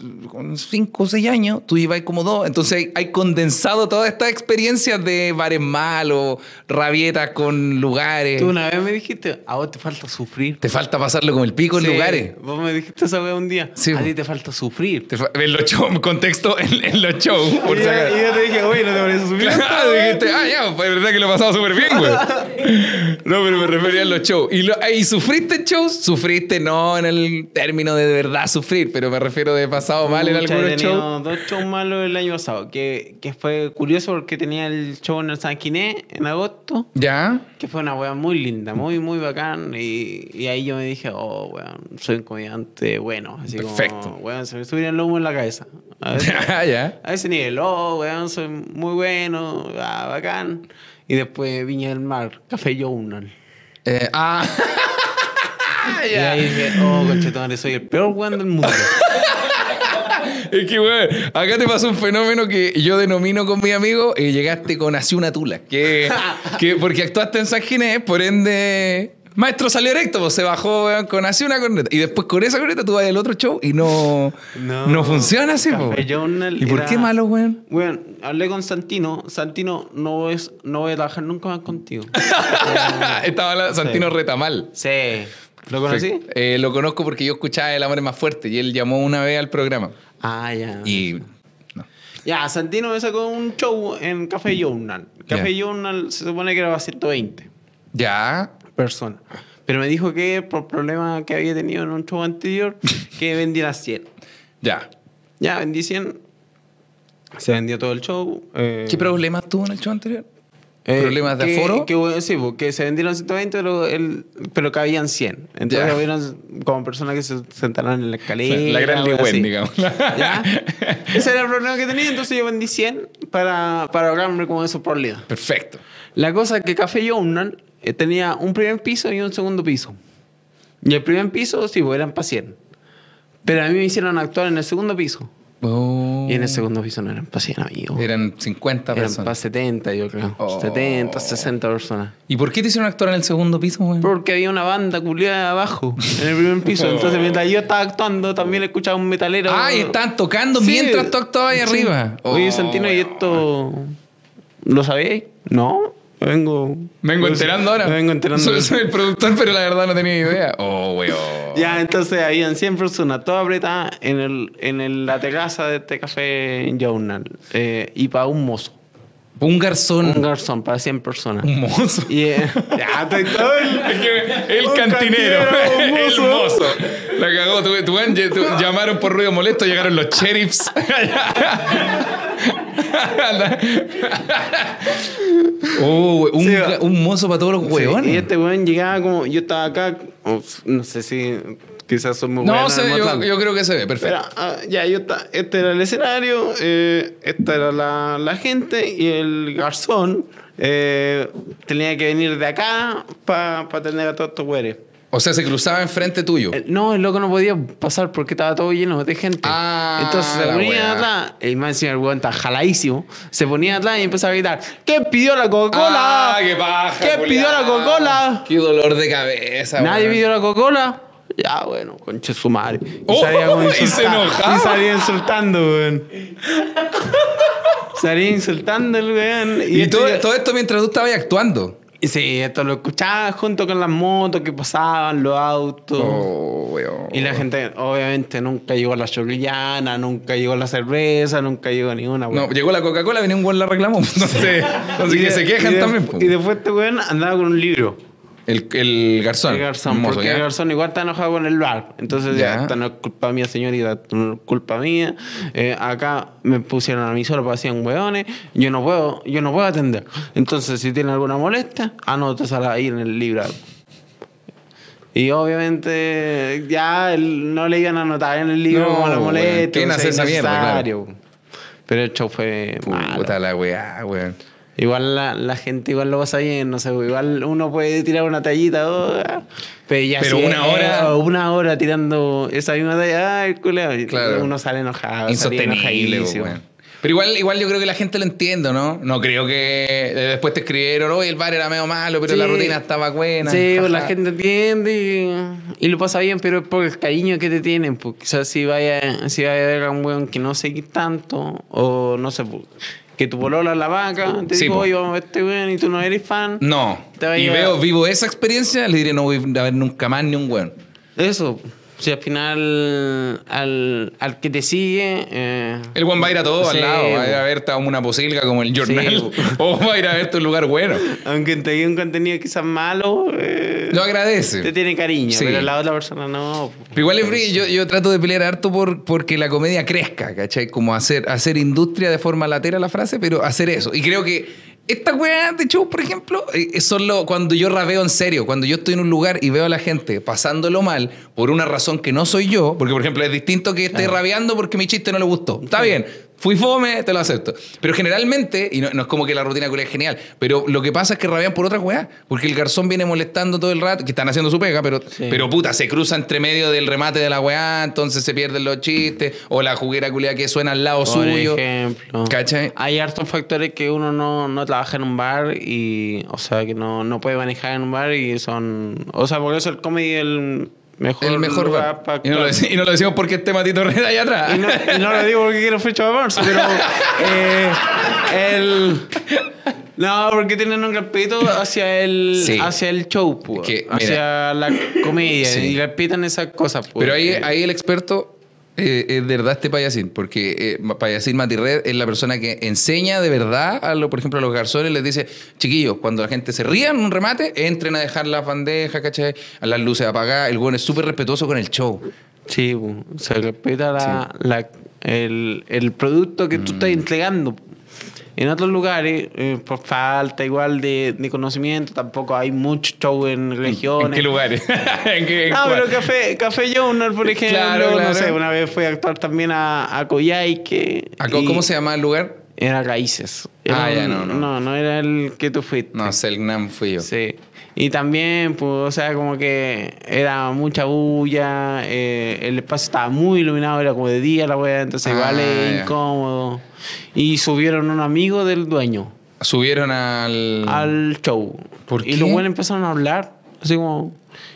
Speaker 1: 5 o 6 años, tú llevas como 2, entonces hay, hay condensado todas estas experiencias de bares malos, rabietas con lugares.
Speaker 2: Tú una vez me dijiste, a vos te falta sufrir.
Speaker 1: Te falta pasarlo como el pico
Speaker 2: Sí,
Speaker 1: en lugares.
Speaker 2: Vos me dijiste esa vez un día.
Speaker 1: Sí,
Speaker 2: a
Speaker 1: po.
Speaker 2: ti te falta sufrir.
Speaker 1: Te fa- en los shows, contexto en, en los shows.
Speaker 2: Y yo,
Speaker 1: Por si acaso.
Speaker 2: y yo te dije, oye, no te parece sufrir.
Speaker 1: Claro, dijiste, [LAUGHS] ah, ya, pues, es verdad que lo pasaba súper bien, güey. No, pero me refería a los shows. ¿Y, lo- eh, ¿Y sufriste en shows? Sufriste, no en el término de de verdad sufrir, pero me refiero de pasado mal en
Speaker 2: Pucha, he
Speaker 1: algunos
Speaker 2: tenido
Speaker 1: shows.
Speaker 2: Dos shows malos el año pasado, que, que fue curioso porque tenía el show en el San Quiné en agosto,
Speaker 1: ¿Ya?
Speaker 2: que fue una weá muy linda, muy, muy bacán. Y, y ahí yo me dije, oh, weón, soy un comediante bueno. Así
Speaker 1: Perfecto.
Speaker 2: como, weón, se me subía el humo en la cabeza. A veces-
Speaker 1: Ah, [LAUGHS] ya.
Speaker 2: a ese nivel, oh, weón, soy muy bueno, ah, bacán. Y después Viña del Mar, Café Journal.
Speaker 1: Eh,
Speaker 2: [LAUGHS]
Speaker 1: ah. ya.
Speaker 2: Y ahí dije, oh, conchetumare, soy el peor weón del mundo.
Speaker 1: Es que, güey, acá te pasó un fenómeno que yo denomino con mi amigo eh, llegaste con así una tula.
Speaker 2: [LAUGHS]
Speaker 1: Que, que porque actuaste en San Ginés, por ende. Maestro salió erecto, pues se bajó weón, con así una corneta. Y después con esa corneta tú vas al otro show y no, no, funciona así, po.
Speaker 2: Café Journal
Speaker 1: ¿Y por
Speaker 2: era-
Speaker 1: qué malo,
Speaker 2: [LAUGHS]
Speaker 1: weón?
Speaker 2: Bueno, hablé con Santino. Santino, no, es, no voy a trabajar nunca
Speaker 1: [LAUGHS]
Speaker 2: más contigo.
Speaker 1: Estaba la- Santino
Speaker 2: Sí.
Speaker 1: Retamal.
Speaker 2: sí. ¿Lo conocí?
Speaker 1: Eh, lo conozco porque yo escuchaba El Amor es más fuerte y él llamó una vez al programa.
Speaker 2: Ah, ya.
Speaker 1: Y
Speaker 2: Ya, Santino me sacó un show en Café Journal. Café Journal se supone que era para 120
Speaker 1: ya.
Speaker 2: personas. Pero me dijo que por problemas que había tenido en un
Speaker 1: [LAUGHS]
Speaker 2: show anterior, que vendiera 100.
Speaker 1: Ya.
Speaker 2: Ya, vendí 100. Se vendió todo el show. eh,
Speaker 1: ¿Qué problemas tuvo en el show anterior?
Speaker 2: Eh,
Speaker 1: ¿Problemas de
Speaker 2: que-
Speaker 1: aforo?
Speaker 2: Que, bueno, sí, porque se vendieron 120, pero, el, pero cabían 100. Entonces
Speaker 1: Ya.
Speaker 2: hubieron como personas que se sentaron en la escalera.
Speaker 1: la gran
Speaker 2: algo
Speaker 1: Ligüen,
Speaker 2: así.
Speaker 1: digamos.
Speaker 2: [LAUGHS] ¿Ya? Ese era el problema que tenía, entonces yo vendí 100 para, para ahorrarme como esos problemas.
Speaker 1: Perfecto.
Speaker 2: La cosa es que Café Journal eh, tenía un primer piso y un segundo piso. Y el primer piso, sí, pues, eran para 100. Pero a mí me hicieron actuar en el segundo piso. Y en el segundo piso no eran para 100, amigos.
Speaker 1: Oh. Eran 50
Speaker 2: Eran para
Speaker 1: personas.
Speaker 2: 70, yo creo.
Speaker 1: Oh.
Speaker 2: 70, 60 personas.
Speaker 1: ¿Y por qué te hicieron actuar en el segundo piso, güey?
Speaker 2: Porque había una banda culiada abajo, en el primer
Speaker 1: [LAUGHS]
Speaker 2: piso. Entonces, mientras yo estaba actuando, también escuchaba un metalero.
Speaker 1: Ah, y estaban tocando
Speaker 2: Sí.
Speaker 1: mientras tú actuabas ahí
Speaker 2: Sí.
Speaker 1: arriba.
Speaker 2: Oye,
Speaker 1: Oh,
Speaker 2: Santino, ¿y
Speaker 1: weón.
Speaker 2: esto lo sabíais? No, vengo...
Speaker 1: Vengo enterando ahora.
Speaker 2: Me vengo
Speaker 1: [LAUGHS]
Speaker 2: enterando.
Speaker 1: Soy, soy el productor, pero la verdad no tenía idea. Oh, weón.
Speaker 2: Ya, entonces habían 100 personas, todas apretadas en, el, en el- la terraza de este café Journal. Eh, y para un mozo,
Speaker 1: Un garzón.
Speaker 2: un garzón, para 100 personas.
Speaker 1: Mm. Un mozo.
Speaker 2: Y, eh, ya, estoy todo el-
Speaker 1: [LAUGHS] Es que el
Speaker 2: Un
Speaker 1: cantinero,
Speaker 2: cantinero, un
Speaker 1: [LAUGHS] el
Speaker 2: mozo.
Speaker 1: mozo. La cagó. Tu, tu- tu- llamaron por ruido molesto, llegaron los sheriffs. [LAUGHS] oh, un,
Speaker 2: Sí,
Speaker 1: ga-
Speaker 2: va.
Speaker 1: un mozo para todos los
Speaker 2: Sí,
Speaker 1: hueones.
Speaker 2: y este weón llegaba como. Yo estaba acá. uf, no sé si. Quizás soy muy bueno
Speaker 1: no,
Speaker 2: en
Speaker 1: sé, yo,
Speaker 2: Matlán.
Speaker 1: yo creo que se ve,
Speaker 2: Pero,
Speaker 1: perfecto.
Speaker 2: ah, ya, yo estaba. Este era el escenario. eh, esta era la, la gente. Y el garzón. eh, tenía que venir de acá. Para atender a todos estos güeres.
Speaker 1: O sea, se cruzaba enfrente tuyo.
Speaker 2: Eh, No, el loco no podía pasar porque estaba todo lleno de gente.
Speaker 1: Ah,
Speaker 2: Entonces se
Speaker 1: la
Speaker 2: ponía
Speaker 1: weá.
Speaker 2: atrás. Y más encima el weón está jaladísimo. Se ponía atrás y empezaba a gritar: ¿Quién pidió la Coca-Cola?
Speaker 1: ¡Ah, qué paja!
Speaker 2: ¿Quién pidió la
Speaker 1: culiao!
Speaker 2: Coca-Cola?
Speaker 1: ¡Qué dolor de cabeza,
Speaker 2: Nadie
Speaker 1: weón.
Speaker 2: pidió la Coca-Cola. Ya, bueno, conche su madre. Y
Speaker 1: Oh,
Speaker 2: como
Speaker 1: [LAUGHS] y se
Speaker 2: insulta-
Speaker 1: enojaba.
Speaker 2: Y salía insultando, weón. salía insultando el weón.
Speaker 1: Y,
Speaker 2: esto
Speaker 1: todo,
Speaker 2: ya-
Speaker 1: todo esto mientras tú estabas ahí actuando.
Speaker 2: y sí, esto lo escuchaba junto con las motos que pasaban, los autos.
Speaker 1: Oh, weón.
Speaker 2: Y la gente, obviamente, nunca llegó a la chorrillana, nunca llegó a la cerveza, nunca llegó a ninguna, weón.
Speaker 1: No, llegó la Coca-Cola, venía un buen la reclamó. [LAUGHS] Entonces, entonces
Speaker 2: Y
Speaker 1: que
Speaker 2: de-
Speaker 1: se
Speaker 2: y
Speaker 1: quejan
Speaker 2: de-
Speaker 1: también. pues. po.
Speaker 2: Y después este weón andaba con un libro.
Speaker 1: El, el garzón.
Speaker 2: El garzón,
Speaker 1: Hermoso,
Speaker 2: porque
Speaker 1: ¿ya?
Speaker 2: el garzón igual está enojado con el bar. Entonces, ya,
Speaker 1: Ya.
Speaker 2: esta no es culpa mía, señorita, esto no es culpa mía. Eh, acá me pusieron a mí solo para hacían hueones. Yo no puedo, yo no puedo atender. Entonces, si tienen alguna molestia, anótasela ahí en el libro. Y obviamente, ya el- no le iban a anotar en el libro
Speaker 1: No,
Speaker 2: como la
Speaker 1: weón,
Speaker 2: molestia.
Speaker 1: ¿quién
Speaker 2: no
Speaker 1: hace
Speaker 2: sé,
Speaker 1: esa mierda, claro?
Speaker 2: innecesario. Pero el show fue malo.
Speaker 1: Puta la weá, weón.
Speaker 2: Igual la, la gente igual lo pasa bien, no sé, igual uno puede tirar una tallita, oh, ah, pero ya
Speaker 1: Pero
Speaker 2: si
Speaker 1: una
Speaker 2: es-
Speaker 1: hora-
Speaker 2: una hora tirando esa misma talla, ay, culiao,
Speaker 1: Claro.
Speaker 2: uno sale enojado, sale
Speaker 1: Insostenible, pues,
Speaker 2: enojadísimo.
Speaker 1: weón. Pero igual, igual yo creo que la gente lo entiende, ¿no? No creo que eh, después te escribieron, oye, el bar era medio malo, pero la
Speaker 2: Sí.
Speaker 1: rutina estaba buena.
Speaker 2: Sí, pues, la
Speaker 1: Ajá.
Speaker 2: gente entiende y, y lo pasa bien, pero es por el cariño que te tienen. Pues, quizás si vaya, si vaya a ver a un weón que no seguís tanto, o no sé, pues, que tu polola la vaca, te
Speaker 1: Sí, pues.
Speaker 2: digo,
Speaker 1: po.
Speaker 2: oye, vamos a ver este weón y tú no eres fan.
Speaker 1: No.
Speaker 2: Te va a
Speaker 1: Y
Speaker 2: llegar-
Speaker 1: veo vivo esa experiencia, le diré, no voy a ver nunca más ni un weón.
Speaker 2: Eso, si al final al, al que te sigue... eh,
Speaker 1: El weón va a ir a todo
Speaker 2: Sí,
Speaker 1: al lado, va a ir
Speaker 2: bo.
Speaker 1: a verte a una posilga como el
Speaker 2: bo.
Speaker 1: jornal, [LAUGHS] o va a ir a verte a un lugar bueno.
Speaker 2: aunque te diga un contenido quizás malo, eh,
Speaker 1: Lo agradece.
Speaker 2: te tiene cariño,
Speaker 1: Sí.
Speaker 2: pero la otra persona no. po.
Speaker 1: Pero igual es brillo, yo, yo trato de pelear harto por, porque la comedia crezca, ¿cachai? Como hacer, hacer industria de forma lateral la frase, pero hacer eso. Y creo que esta weá de show, por ejemplo, eh, es solo cuando yo rabeo en serio, cuando yo estoy en un lugar y veo a la gente pasándolo mal por una razón que no soy yo, porque por ejemplo es distinto que esté rabiando porque mi chiste no le gustó. Está bien. Fui fome, te lo acepto. Pero generalmente, y no, no es como que la rutina culia es genial, pero lo que pasa es que rabian por otra weá, porque el garzón viene molestando todo el rato, que están haciendo su pega, pero, pero puta, se cruza entre medio del remate de la weá, entonces se pierden los chistes, o la juguera culia que suena al lado
Speaker 2: Por
Speaker 1: suyo.
Speaker 2: ejemplo.
Speaker 1: ¿Cachai?
Speaker 2: Hay hartos factores que uno no, no trabaja en un bar y, o sea, que no, no puede manejar en un bar y son, o sea, por eso el comedy es el mejor,
Speaker 1: El mejor
Speaker 2: lugar
Speaker 1: bar.
Speaker 2: para
Speaker 1: Y no, lo
Speaker 2: actuar.
Speaker 1: dec- y no lo decimos porque este matito red allá atrás.
Speaker 2: Y no, y no lo digo porque quiero fecha de marzo, pero eh, el... No, porque tienen un respeto hacia el,
Speaker 1: Sí.
Speaker 2: hacia el show, pues,
Speaker 1: Que, mira.
Speaker 2: hacia la comedia,
Speaker 1: Sí.
Speaker 2: y respetan esas cosas.
Speaker 1: [LAUGHS]
Speaker 2: pues.
Speaker 1: Pero ahí, ahí el experto eh, es de verdad este payasín, porque eh, ma- payasín Matirred es la persona que enseña de verdad, a lo, por ejemplo, a los garzones, les dice, chiquillos, cuando la gente se ría en un remate, entren a dejar las bandejas, ¿cachai? A las luces apagadas, el güey es súper respetuoso con el show.
Speaker 2: Sí, pues, po. se respeta la, la- el, el producto que tú
Speaker 1: Mm.
Speaker 2: estás entregando. En otros lugares, eh, por falta igual de, de conocimiento, tampoco hay mucho show en regiones.
Speaker 1: ¿En qué lugares? [LAUGHS] ¿En qué- en
Speaker 2: Ah,
Speaker 1: cuál?
Speaker 2: pero Café, Café Journal, por ejemplo.
Speaker 1: Claro, claro.
Speaker 2: No sé, una vez fui a actuar también a, a Coyhaique.
Speaker 1: ¿A co-
Speaker 2: y
Speaker 1: ¿Cómo se llama el lugar?
Speaker 2: Era Raíces.
Speaker 1: Ah, ya,
Speaker 2: un-
Speaker 1: no, no.
Speaker 2: No, no era el que tú fuiste.
Speaker 1: No, Selgnam fui yo.
Speaker 2: Sí. Y también, pues, o sea, como que era mucha bulla, eh, el espacio estaba muy iluminado, era como de día la wea, entonces
Speaker 1: Ah,
Speaker 2: igual es
Speaker 1: ya.
Speaker 2: incómodo. Y subieron un amigo del dueño
Speaker 1: Subieron al...
Speaker 2: Mm. al show.
Speaker 1: ¿Por
Speaker 2: y
Speaker 1: qué?
Speaker 2: los buenos empezaron a hablar, así como...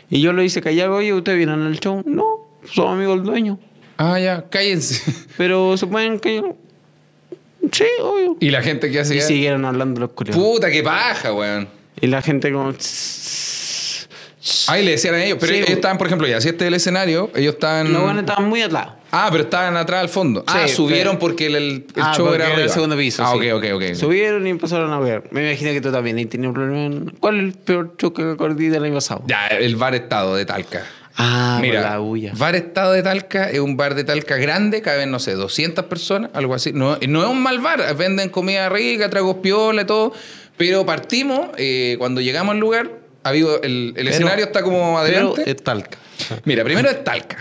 Speaker 2: Y yo le hice callar, oye, ¿ustedes vienen al show? No, somos amigos del dueño.
Speaker 1: Ah, ya, cállense. [LAUGHS]
Speaker 2: Pero se pueden callar. Sí, obvio.
Speaker 1: y la gente que hace...
Speaker 2: Y siguieron hablando los curiosos.
Speaker 1: Puta, qué paja, weón.
Speaker 2: Y la gente como...
Speaker 1: Ahí le decían a ellos, pero
Speaker 2: Sí,
Speaker 1: ellos
Speaker 2: pues. po.
Speaker 1: estaban, por ejemplo, ya si este es el escenario, ellos estaban...
Speaker 2: Los buenos estaban muy atrás.
Speaker 1: Ah, pero estaban atrás al fondo. ah,
Speaker 2: Sí,
Speaker 1: subieron
Speaker 2: pero-
Speaker 1: porque el, el
Speaker 2: Ah,
Speaker 1: show
Speaker 2: porque
Speaker 1: era
Speaker 2: el
Speaker 1: arriba.
Speaker 2: segundo piso.
Speaker 1: Ah,
Speaker 2: sí.
Speaker 1: ok, ok, ok.
Speaker 2: Subieron y empezaron a ver. Me imagino que tú también ahí tenías un problema. en- ¿Cuál es el peor choque que acordé del año pasado?
Speaker 1: ya, el bar estado de Talca.
Speaker 2: Ah,
Speaker 1: Mira,
Speaker 2: por la bulla.
Speaker 1: bar estado de Talca es un bar de Talca grande, caben, no sé, 200 personas, algo así. No, no es un mal bar, venden comida rica, tragos piola y todo. Pero partimos, eh, cuando llegamos al lugar, había, el, el escenario está como adelante.
Speaker 2: Pero es talca.
Speaker 1: Mira, primero es Talca.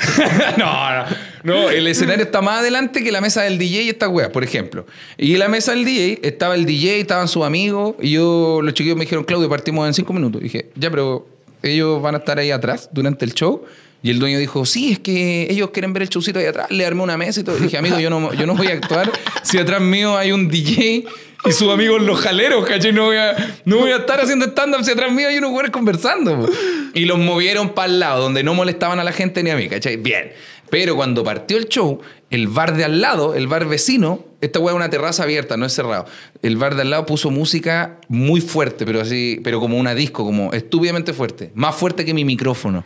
Speaker 1: [LAUGHS] no, no. No, el escenario está más adelante que la mesa del DJ y estas weas, por ejemplo. Y en la mesa del DJ estaba el DJ, estaban sus amigos. Y yo, los chiquillos me dijeron, Claudio, partimos en cinco minutos. Y dije, ya, pero ellos van a estar ahí atrás durante el show. Y el dueño dijo, sí, es que ellos quieren ver el showcito ahí atrás, le armé una mesa y todo. Y dije, amigo, yo no, yo no voy a actuar si atrás mío hay un DJ y sus amigos los jaleros, ¿cachai? No voy a, no voy a estar haciendo stand-up si atrás mío hay unos jugadores conversando. po. Y los movieron para el lado, donde no molestaban a la gente ni a mí, ¿cachai? Bien. Pero cuando partió el show, el bar de al lado, el bar vecino, esta weá es una terraza abierta, no es cerrado. El bar de al lado puso música muy fuerte, pero así, pero como una disco, como estúpidamente fuerte. Más fuerte que mi micrófono.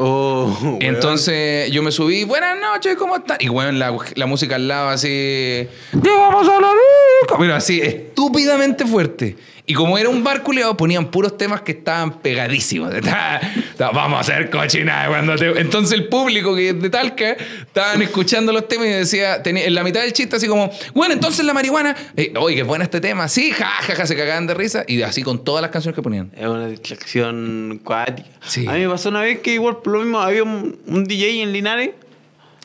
Speaker 2: Oh,
Speaker 1: Entonces yo me subí, buenas noches, ¿cómo están? Y bueno, la, la música al lado así,
Speaker 2: ¡Llegamos a la
Speaker 1: pero así, estúpidamente fuerte. Y como era un bar culiado, ponían puros temas que estaban pegadísimos. [LAUGHS] Estaba- estaba, Vamos a hacer cochinada cuando te-". Entonces el público que es de Talca estaban escuchando los temas y decía, tenía- en la mitad del chiste así como, bueno, entonces la marihuana, eh, oye, qué buena este tema, sí, jajaja, se cagaban de risa y así con todas las canciones que ponían.
Speaker 2: Es una distracción cuática.
Speaker 1: Sí.
Speaker 2: A mí me pasó una vez que igual por lo mismo había un, un DJ en Linares.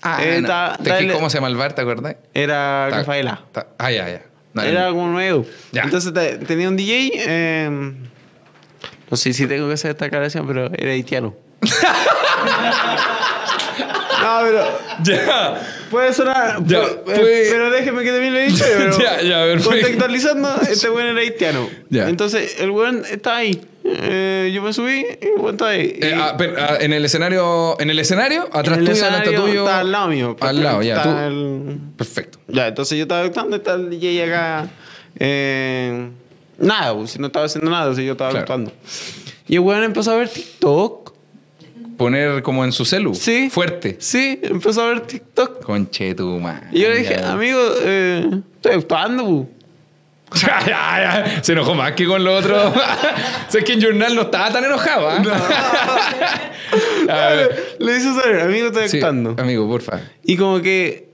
Speaker 1: Ah,
Speaker 2: Eh,
Speaker 1: no.
Speaker 2: ta-
Speaker 1: ¿Te-
Speaker 2: dale.
Speaker 1: ¿Cómo se llama el bar, te acordás?
Speaker 2: Era
Speaker 1: Ta-
Speaker 2: Rafaela.
Speaker 1: ta- Ah, ya, ya. No,
Speaker 2: Era como nuevo.
Speaker 1: Ya.
Speaker 2: Entonces te- tenía un DJ. eh, no sé si tengo que hacer esta aclaración, pero
Speaker 1: [LAUGHS]
Speaker 2: era haitiano. no, pero
Speaker 1: Ya.
Speaker 2: Puede sonar.
Speaker 1: Ya,
Speaker 2: pu-
Speaker 1: puede-
Speaker 2: eh, Pero déjeme que también lo he
Speaker 1: [LAUGHS]
Speaker 2: dicho. Pero
Speaker 1: Ya, ya, perfecto.
Speaker 2: Contextualizando, este weón era haitiano.
Speaker 1: Ya.
Speaker 2: Entonces, el weón está ahí. Eh, yo me subí y el weón está ahí.
Speaker 1: Eh,
Speaker 2: Y-
Speaker 1: ah, pero, ah, en el escenario, en el escenario, atrás
Speaker 2: en el
Speaker 1: tuyo, delante
Speaker 2: escenario
Speaker 1: tuyo.
Speaker 2: Está al lado mío.
Speaker 1: Al lado, ya.
Speaker 2: Está
Speaker 1: tú-
Speaker 2: el-
Speaker 1: Perfecto.
Speaker 2: Ya, entonces yo estaba actuando y está el DJ acá. eh, nada, pues, si no estaba haciendo nada, si yo estaba
Speaker 1: Claro.
Speaker 2: actuando. Y el weón empezó a ver TikTok.
Speaker 1: Poner como en su celu.
Speaker 2: Sí.
Speaker 1: Fuerte.
Speaker 2: Sí, empezó a ver TikTok.
Speaker 1: Conche tu madre.
Speaker 2: Y yo le dije,
Speaker 1: Ya.
Speaker 2: amigo, eh, estoy actuando, pues". bu.
Speaker 1: [LAUGHS] Ya, ya, ya. Se enojó más que con lo otro.
Speaker 2: [LAUGHS]
Speaker 1: [LAUGHS] O sea, es que en Journal no estaba tan enojado. ¿ah? [LAUGHS] A ver.
Speaker 2: Le hice saber, amigo, [LAUGHS] estoy
Speaker 1: Sí,
Speaker 2: actuando.
Speaker 1: amigo, porfa.
Speaker 2: Y como que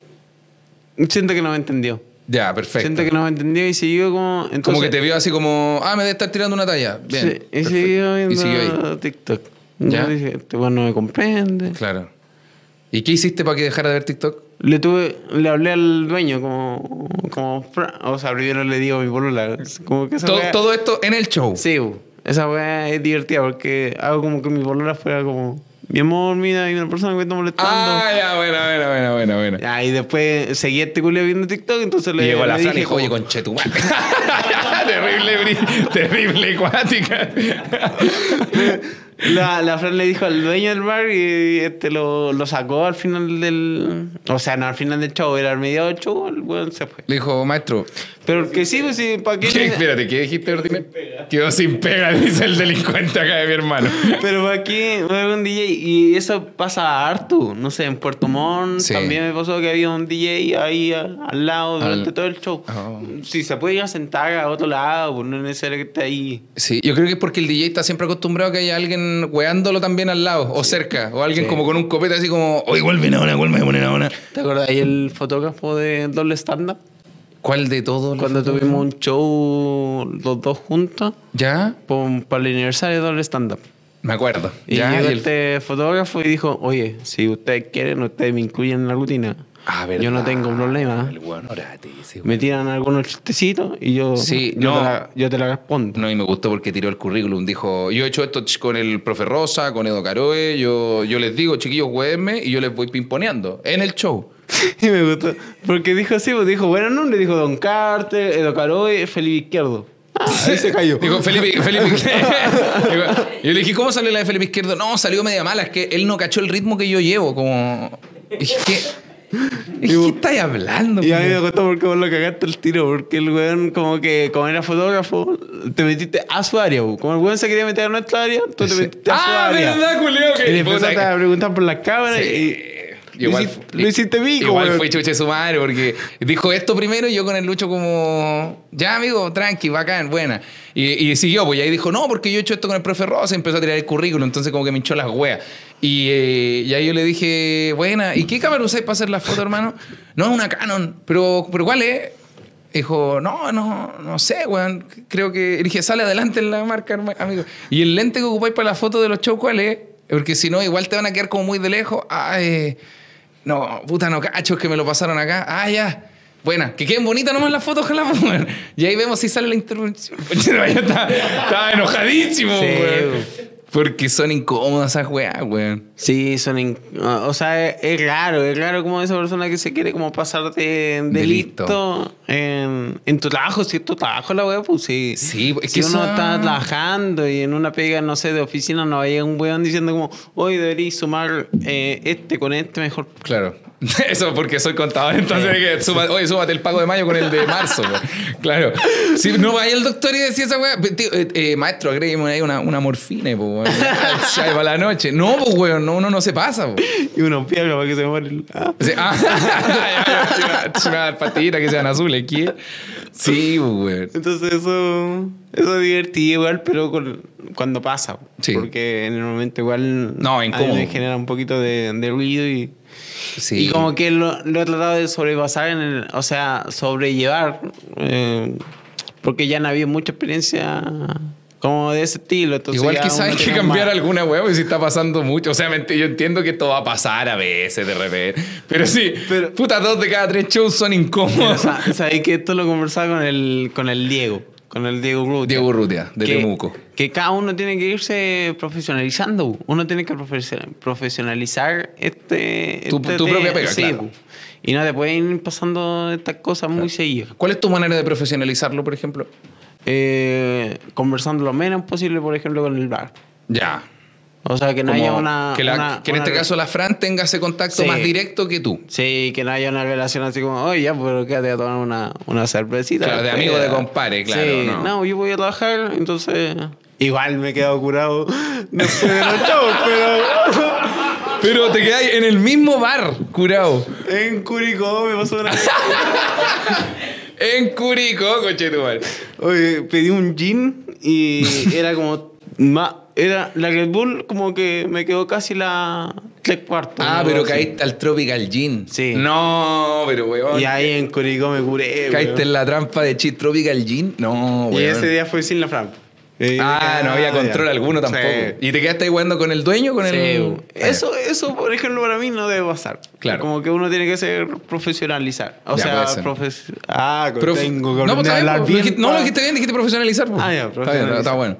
Speaker 2: siento que no me entendió.
Speaker 1: Ya, perfecto.
Speaker 2: Siento que no me entendió y siguió como... Entonces,
Speaker 1: como que te vio así como, ah, me debe estar tirando una talla. Bien.
Speaker 2: Sí, y
Speaker 1: perfecto.
Speaker 2: siguió viendo
Speaker 1: Y siguió ahí.
Speaker 2: TikTok.
Speaker 1: ¿Ya?
Speaker 2: Yo dije, este weón no me comprende.
Speaker 1: Claro. ¿Y qué hiciste para que dejara de ver TikTok?
Speaker 2: Le tuve, le hablé al dueño como, como, fra- o sea, primero le digo a mi polola, como que esa
Speaker 1: Todo,
Speaker 2: wea-
Speaker 1: todo esto en el show.
Speaker 2: Sí, bu. esa wea es divertida porque hago como que mi polola fuera como, mi amor, mira, hay una persona que me está molestando.
Speaker 1: Ah, ya, buena, buena, buena, buena, buena.
Speaker 2: Ya, y después seguí este culo viendo TikTok, entonces le,
Speaker 1: y llegó la
Speaker 2: le
Speaker 1: Fran y dijo,
Speaker 2: como-
Speaker 1: oye, conchetumar. [LAUGHS] terrible, bri- terrible cuática.
Speaker 2: la, la Fran le dijo al dueño del bar y este lo, lo sacó al final del... O sea, no al final del show, era al medio del show, el weón se fue.
Speaker 1: Le dijo, maestro,
Speaker 2: Pero que sí, pues sí, ¿para qué?
Speaker 1: [LAUGHS] ¿qué, espérate, ¿qué dijiste, Martínez? Quedó sin pega, [LAUGHS] dice el delincuente acá de mi hermano.
Speaker 2: Pero aquí había un DJ y eso pasa harto. No sé, en Puerto Montt
Speaker 1: Sí.
Speaker 2: también me pasó que había un DJ ahí a- al lado durante
Speaker 1: Al-
Speaker 2: todo el show.
Speaker 1: Oh.
Speaker 2: Si se puede ir a sentar a otro lado, pues no es necesario que esté ahí.
Speaker 1: Sí, yo creo que es porque el DJ está siempre acostumbrado a que haya alguien weándolo también al lado o cerca. O alguien
Speaker 2: Sí.
Speaker 1: como con un copete así como, oh, igual viene ahora, igual me voy a poner ahora.
Speaker 2: ¿Te acuerdas ahí el fotógrafo de Doble Stand Up?
Speaker 1: ¿Cuál de todos? los-
Speaker 2: Cuando tuvimos un show los dos juntos
Speaker 1: ¿Ya?
Speaker 2: por- para el aniversario de Doble Stand Up.
Speaker 1: Me acuerdo.
Speaker 2: Y
Speaker 1: ¿Ya?
Speaker 2: llegó
Speaker 1: y el-
Speaker 2: este fotógrafo y dijo, oye, si ustedes quieren, ustedes me incluyen en la rutina.
Speaker 1: Ah,
Speaker 2: Yo no
Speaker 1: verdad. Ah,
Speaker 2: tengo problema.
Speaker 1: El weón, orate, ese
Speaker 2: Me tiran algunos chistecitos y yo,
Speaker 1: Sí,
Speaker 2: yo,
Speaker 1: no.
Speaker 2: te la, yo te la
Speaker 1: [LAUGHS]
Speaker 2: respondo. [LAUGHS]
Speaker 1: No, y me gustó porque tiró el currículum. Dijo, yo he hecho esto ch- con el profe Rosa, con Edo Caroe, yo, yo les digo, chiquillos, huévenme, y yo les voy pimponeando en el show.
Speaker 2: y me gustó. Porque dijo así, pues, dijo, bueno, no, le dijo Don Carter, Edo Caroy, Felipe Izquierdo. Ah, ahí se cayó.
Speaker 1: Dijo,
Speaker 2: [LAUGHS]
Speaker 1: Felipe, Felipe [LAUGHS] Digo, yo le dije, ¿cómo salió la de Felipe Izquierdo? No, salió media mala, es que él no cachó el ritmo que yo llevo, como... Es que... Es que estáis hablando?
Speaker 2: y a mí
Speaker 1: po?
Speaker 2: me gustó porque vos lo cagaste el tiro, porque el weón como que, como era fotógrafo, te metiste a su área, bu. como el weón se quería meter a nuestra área, tú te metiste a su
Speaker 1: Ah,
Speaker 2: área.
Speaker 1: verdad, Julio.
Speaker 2: Y le empezaste a preguntar por las cámaras y
Speaker 1: Igual,
Speaker 2: lo, hiciste, lo hiciste pico,
Speaker 1: Igual
Speaker 2: weón.
Speaker 1: fue chuche su madre porque dijo esto primero y yo con el Lucho como, ya amigo, tranqui, bacán, buena. Y, y siguió, pues y ahí dijo, no, porque yo he hecho esto con el profe Rosa y empezó a tirar el currículum, entonces como que me hinchó las weas. Y, eh, y ahí yo le dije, buena, ¿y qué cámara usáis para hacer las fotos, hermano? No, es una Canon, pero, pero ¿cuál es? Dijo, no, no, no sé, weón. Creo que. Y dije, sale adelante en la marca, herma- amigo. Y el lente que ocupáis para la foto de los shows, ¿cuál es? Porque si no, igual te van a quedar como muy de lejos. Ah, eh, no, puta, no cachos que me lo pasaron acá. Ah, ya. Buena, que queden bonitas nomás las fotos, ojalá, [LAUGHS] pues, weón. Y ahí vemos si sale la intervención. [LAUGHS] Estaba estaba enojadísimo,
Speaker 2: Sí,
Speaker 1: weón.
Speaker 2: weón.
Speaker 1: Porque son incómodas esas weas, weón.
Speaker 2: Sí, son... in- O sea, es, es raro, es raro como esa persona que se quiere como pasarte de, de
Speaker 1: De listo.
Speaker 2: listo en, en tu trabajo, si es tu trabajo la wea, pues sí.
Speaker 1: Sí, es
Speaker 2: si
Speaker 1: que
Speaker 2: uno
Speaker 1: esa-
Speaker 2: está trabajando y en una pega, no sé, de oficina, no hay un weón diciendo como, hoy deberíais sumar eh, este con este mejor.
Speaker 1: Claro. [LAUGHS] Eso porque soy contador, entonces que suma- oye, súmate el pago de mayo con el de marzo.
Speaker 2: [LAUGHS]
Speaker 1: güey. Claro. Si no vaya el doctor y decía esa weá, "Tío, eh, eh, maestro, agrégueme ahí una, una morfina, po,
Speaker 2: [LAUGHS]
Speaker 1: weón. Ya, para la noche. No, pues, weón, no, uno no se pasa, pues. po.
Speaker 2: Y uno pierde para que se muera. el- Ah.
Speaker 1: Sí, ah, [LAUGHS] ya, ya, ya, se me va a dar pastillitas que sean azules, ¿qué? Sí, pues, weón.
Speaker 2: Entonces eso, eso es divertido igual, pero con- cuando pasa.
Speaker 1: Sí.
Speaker 2: Porque en el momento igual
Speaker 1: No,
Speaker 2: a mí
Speaker 1: incómodo.
Speaker 2: me genera un poquito de, de ruido y...
Speaker 1: Sí.
Speaker 2: Y como que lo, lo he tratado de sobrepasar, en el- o sea, sobrellevar, eh, porque ya no había mucha experiencia como de ese estilo. entonces
Speaker 1: Igual
Speaker 2: ya
Speaker 1: quizás
Speaker 2: uno
Speaker 1: hay que
Speaker 2: tenía
Speaker 1: cambiar
Speaker 2: más.
Speaker 1: alguna hueá, y si está pasando mucho. O sea, ment- yo entiendo que esto va a pasar a veces de repente. Pero sí,
Speaker 2: Pero-
Speaker 1: puta, dos de cada tres shows son
Speaker 2: [LAUGHS] Pero [LAUGHS]
Speaker 1: incómodos.
Speaker 2: sa- Sabéis que esto lo conversaba con el, con el Diego. con el Diego Urrutia.
Speaker 1: Diego Urrutia, de
Speaker 2: que,
Speaker 1: Temuco.
Speaker 2: Que cada uno tiene que irse profesionalizando. bu. Uno tiene que profe- profesionalizar este.
Speaker 1: Tu-
Speaker 2: este
Speaker 1: tu
Speaker 2: te-
Speaker 1: propia pega,
Speaker 2: sí,
Speaker 1: claro.
Speaker 2: bu. Y no te pueden ir pasando estas cosas muy seguidas.
Speaker 1: ¿Cuál es tu manera de profesionalizarlo, por ejemplo?
Speaker 2: Eh, conversando lo menos posible, por ejemplo, con el bar.
Speaker 1: Ya.
Speaker 2: O sea, que no
Speaker 1: Como
Speaker 2: haya una.
Speaker 1: que, la-
Speaker 2: una-
Speaker 1: que en
Speaker 2: una-
Speaker 1: este caso la Fran tenga ese contacto
Speaker 2: Sí.
Speaker 1: más directo que tú.
Speaker 2: Sí, que no haya una relación así como, oye, ya, pero quédate a tomar una, una cervecita.
Speaker 1: Claro, de
Speaker 2: después".
Speaker 1: amigo de compadre, claro,
Speaker 2: Sí,
Speaker 1: no.
Speaker 2: no. yo voy a trabajar, entonces. Igual me he quedado curado [LAUGHS] después de los shows, pero. [LAUGHS]
Speaker 1: Pero te quedáis en el mismo bar, curado.
Speaker 2: En Curicó me pasó una vez.
Speaker 1: En Curicó, coche tu madre.
Speaker 2: Oye, pedí un gin y
Speaker 1: [LAUGHS]
Speaker 2: era como. ma- era la Red Bull, como que me quedó casi la. tres cuartos.
Speaker 1: Ah,
Speaker 2: una
Speaker 1: pero
Speaker 2: cosa así.
Speaker 1: caíste al Tropical Gin.
Speaker 2: Sí.
Speaker 1: No, pero weón.
Speaker 2: Y ahí en Curicó me curé.
Speaker 1: Caíste
Speaker 2: weón.
Speaker 1: en la trampa de Chit Tropical Gin. No, weón.
Speaker 2: Y ese día fue sin la Fran.
Speaker 1: Ah, no había control alguno tampoco. ¿Y te quedaste ahí jugando con el dueño? Con el...
Speaker 2: Eso, eso, por ejemplo, para mí no debe pasar.
Speaker 1: Claro.
Speaker 2: Como que uno tiene que ser profesionalizar. O
Speaker 1: Ya,
Speaker 2: sea,
Speaker 1: puede ser.
Speaker 2: profes... Ah,
Speaker 1: Pero-
Speaker 2: tengo que
Speaker 1: no, pues, está
Speaker 2: aprender
Speaker 1: bien,
Speaker 2: a hablar
Speaker 1: pues, lo
Speaker 2: bien.
Speaker 1: dijiste- no,
Speaker 2: para-
Speaker 1: lo dijiste bien, dijiste profesionalizar. pues.
Speaker 2: Ah, ya,
Speaker 1: está, bien, está
Speaker 2: profesionalizar.
Speaker 1: bueno.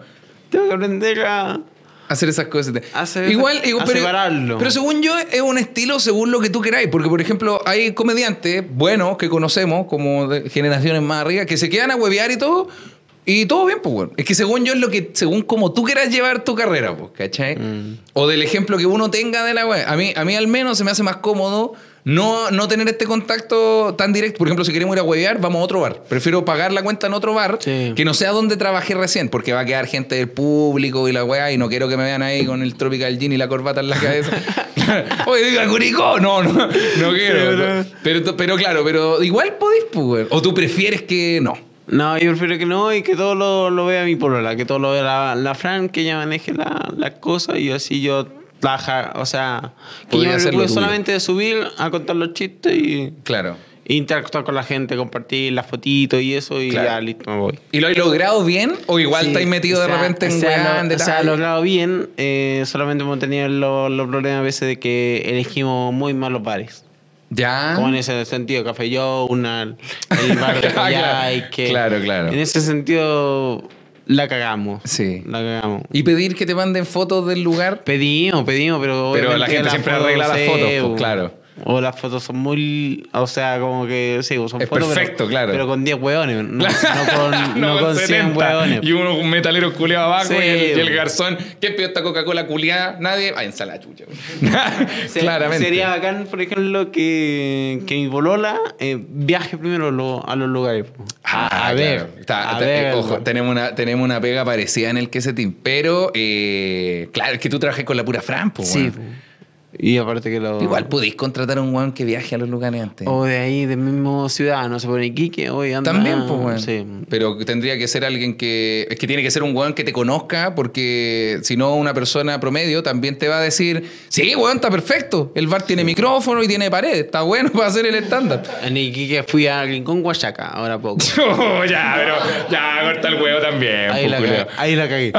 Speaker 2: Tengo que aprender a...
Speaker 1: Hacer esas cosas.
Speaker 2: Hacer-
Speaker 1: igual, igual
Speaker 2: a
Speaker 1: pero,
Speaker 2: separarlo.
Speaker 1: pero según yo es un estilo según lo que tú queráis. Porque, por ejemplo, hay comediantes buenos que conocemos, como de generaciones más arriba, que se quedan a huevear y todo. Y todo bien, pues, bueno. Es que según yo es lo que, según como tú quieras llevar tu carrera, pues, ¿cachai?
Speaker 2: Mm.
Speaker 1: O del ejemplo que uno tenga de la wea. A mí, a mí al menos se me hace más cómodo no, no tener este contacto tan directo. Por ejemplo, si queremos ir a huevear, vamos a otro bar. Prefiero pagar la cuenta en otro bar
Speaker 2: Sí.
Speaker 1: que no sea donde trabajé recién, porque va a quedar gente del público y la weá, y no quiero que me vean ahí con el Tropical Gin y la corbata en la cabeza. Oye, diga Curicó. No, no, no
Speaker 2: Sí,
Speaker 1: quiero.
Speaker 2: bro.
Speaker 1: pero, pero, claro, pero igual podéis, pues, weón. O tú prefieres que no.
Speaker 2: No, yo prefiero que no y que todo lo, lo vea mi polola, que todo lo vea la, la Fran, que ella maneje la- las cosas y así yo trabajar, o sea, que
Speaker 1: Podría
Speaker 2: yo me
Speaker 1: ser lo
Speaker 2: preocupe
Speaker 1: tuyo.
Speaker 2: solamente de subir a contar los chistes y
Speaker 1: Claro.
Speaker 2: e interactuar con la gente, compartir las fotitos y eso y
Speaker 1: Claro.
Speaker 2: ya listo, me voy.
Speaker 1: ¿Y lo has logrado bien? ¿O igual
Speaker 2: Sí,
Speaker 1: estáis metido
Speaker 2: o
Speaker 1: de
Speaker 2: sea,
Speaker 1: repente en
Speaker 2: o sea,
Speaker 1: weá, en
Speaker 2: lo- O sea,
Speaker 1: detalles?
Speaker 2: logrado bien, eh, solamente hemos tenido lo- los problemas a veces de que elegimos muy malos bares.
Speaker 1: Ya.
Speaker 2: Como en ese sentido, Café Journal, el
Speaker 1: [LAUGHS]
Speaker 2: bar de
Speaker 1: Ah. Claro,
Speaker 2: Coyhai, que
Speaker 1: claro, claro.
Speaker 2: En ese sentido, la cagamos.
Speaker 1: Sí.
Speaker 2: La cagamos.
Speaker 1: Y pedir que te manden fotos del lugar.
Speaker 2: Pedimos, pedimos, pero.
Speaker 1: Pero la
Speaker 2: obviamente
Speaker 1: gente
Speaker 2: las
Speaker 1: siempre
Speaker 2: fotos,
Speaker 1: arregla las
Speaker 2: sí,
Speaker 1: fotos, pues,
Speaker 2: o-
Speaker 1: claro.
Speaker 2: O las fotos son muy. O sea, como que. Sí, pues, son
Speaker 1: Es
Speaker 2: fotos. pero-
Speaker 1: perfecto, claro.
Speaker 2: Pero con 10 hueones. No, no [LAUGHS] con,
Speaker 1: [LAUGHS]
Speaker 2: no con 100 hueones.
Speaker 1: Y uno, un metalero culeado abajo
Speaker 2: Sí,
Speaker 1: y, el, y el
Speaker 2: weón.
Speaker 1: garzón. ¿Quién pidió esta Coca-Cola culeada? Nadie. Ay, ensalada chucha. weón.
Speaker 2: [LAUGHS] Se-
Speaker 1: Claramente.
Speaker 2: Sería bacán, por ejemplo, que, que mi bolola eh, viaje primero lo- a los lugares. po.
Speaker 1: Ah,
Speaker 2: a ver.
Speaker 1: claro. Está-
Speaker 2: a
Speaker 1: está- eh,
Speaker 2: ver, pues.
Speaker 1: ojo,
Speaker 2: po.
Speaker 1: tenemos una, tenemos una pega parecida en el que se team. Pero, eh, claro, es que tú trabajas con la pura Fran, po,
Speaker 2: Sí.
Speaker 1: weón.
Speaker 2: po. Y aparte que lo.
Speaker 1: Igual pues. podéis contratar a un weón que viaje a los lugares antes.
Speaker 2: O de ahí, del mismo ciudad, no sé, por Iquique, hoy anda.
Speaker 1: También, pues, weón.
Speaker 2: Sí.
Speaker 1: Pero tendría que ser alguien que. Es que tiene que ser un weón que te conozca, porque si no, una persona promedio también te va a decir: Sí, weón, está perfecto. El bar tiene micrófono y tiene pared. Está bueno [LAUGHS] para hacer el estándar.
Speaker 2: En Iquique fui a Rincón Huachaca, ahora poco.
Speaker 1: [LAUGHS] ya, pero. Ya, corta el huevo también. pues,
Speaker 2: Ahí la cagué. Ahí
Speaker 1: [LAUGHS]
Speaker 2: la cagué.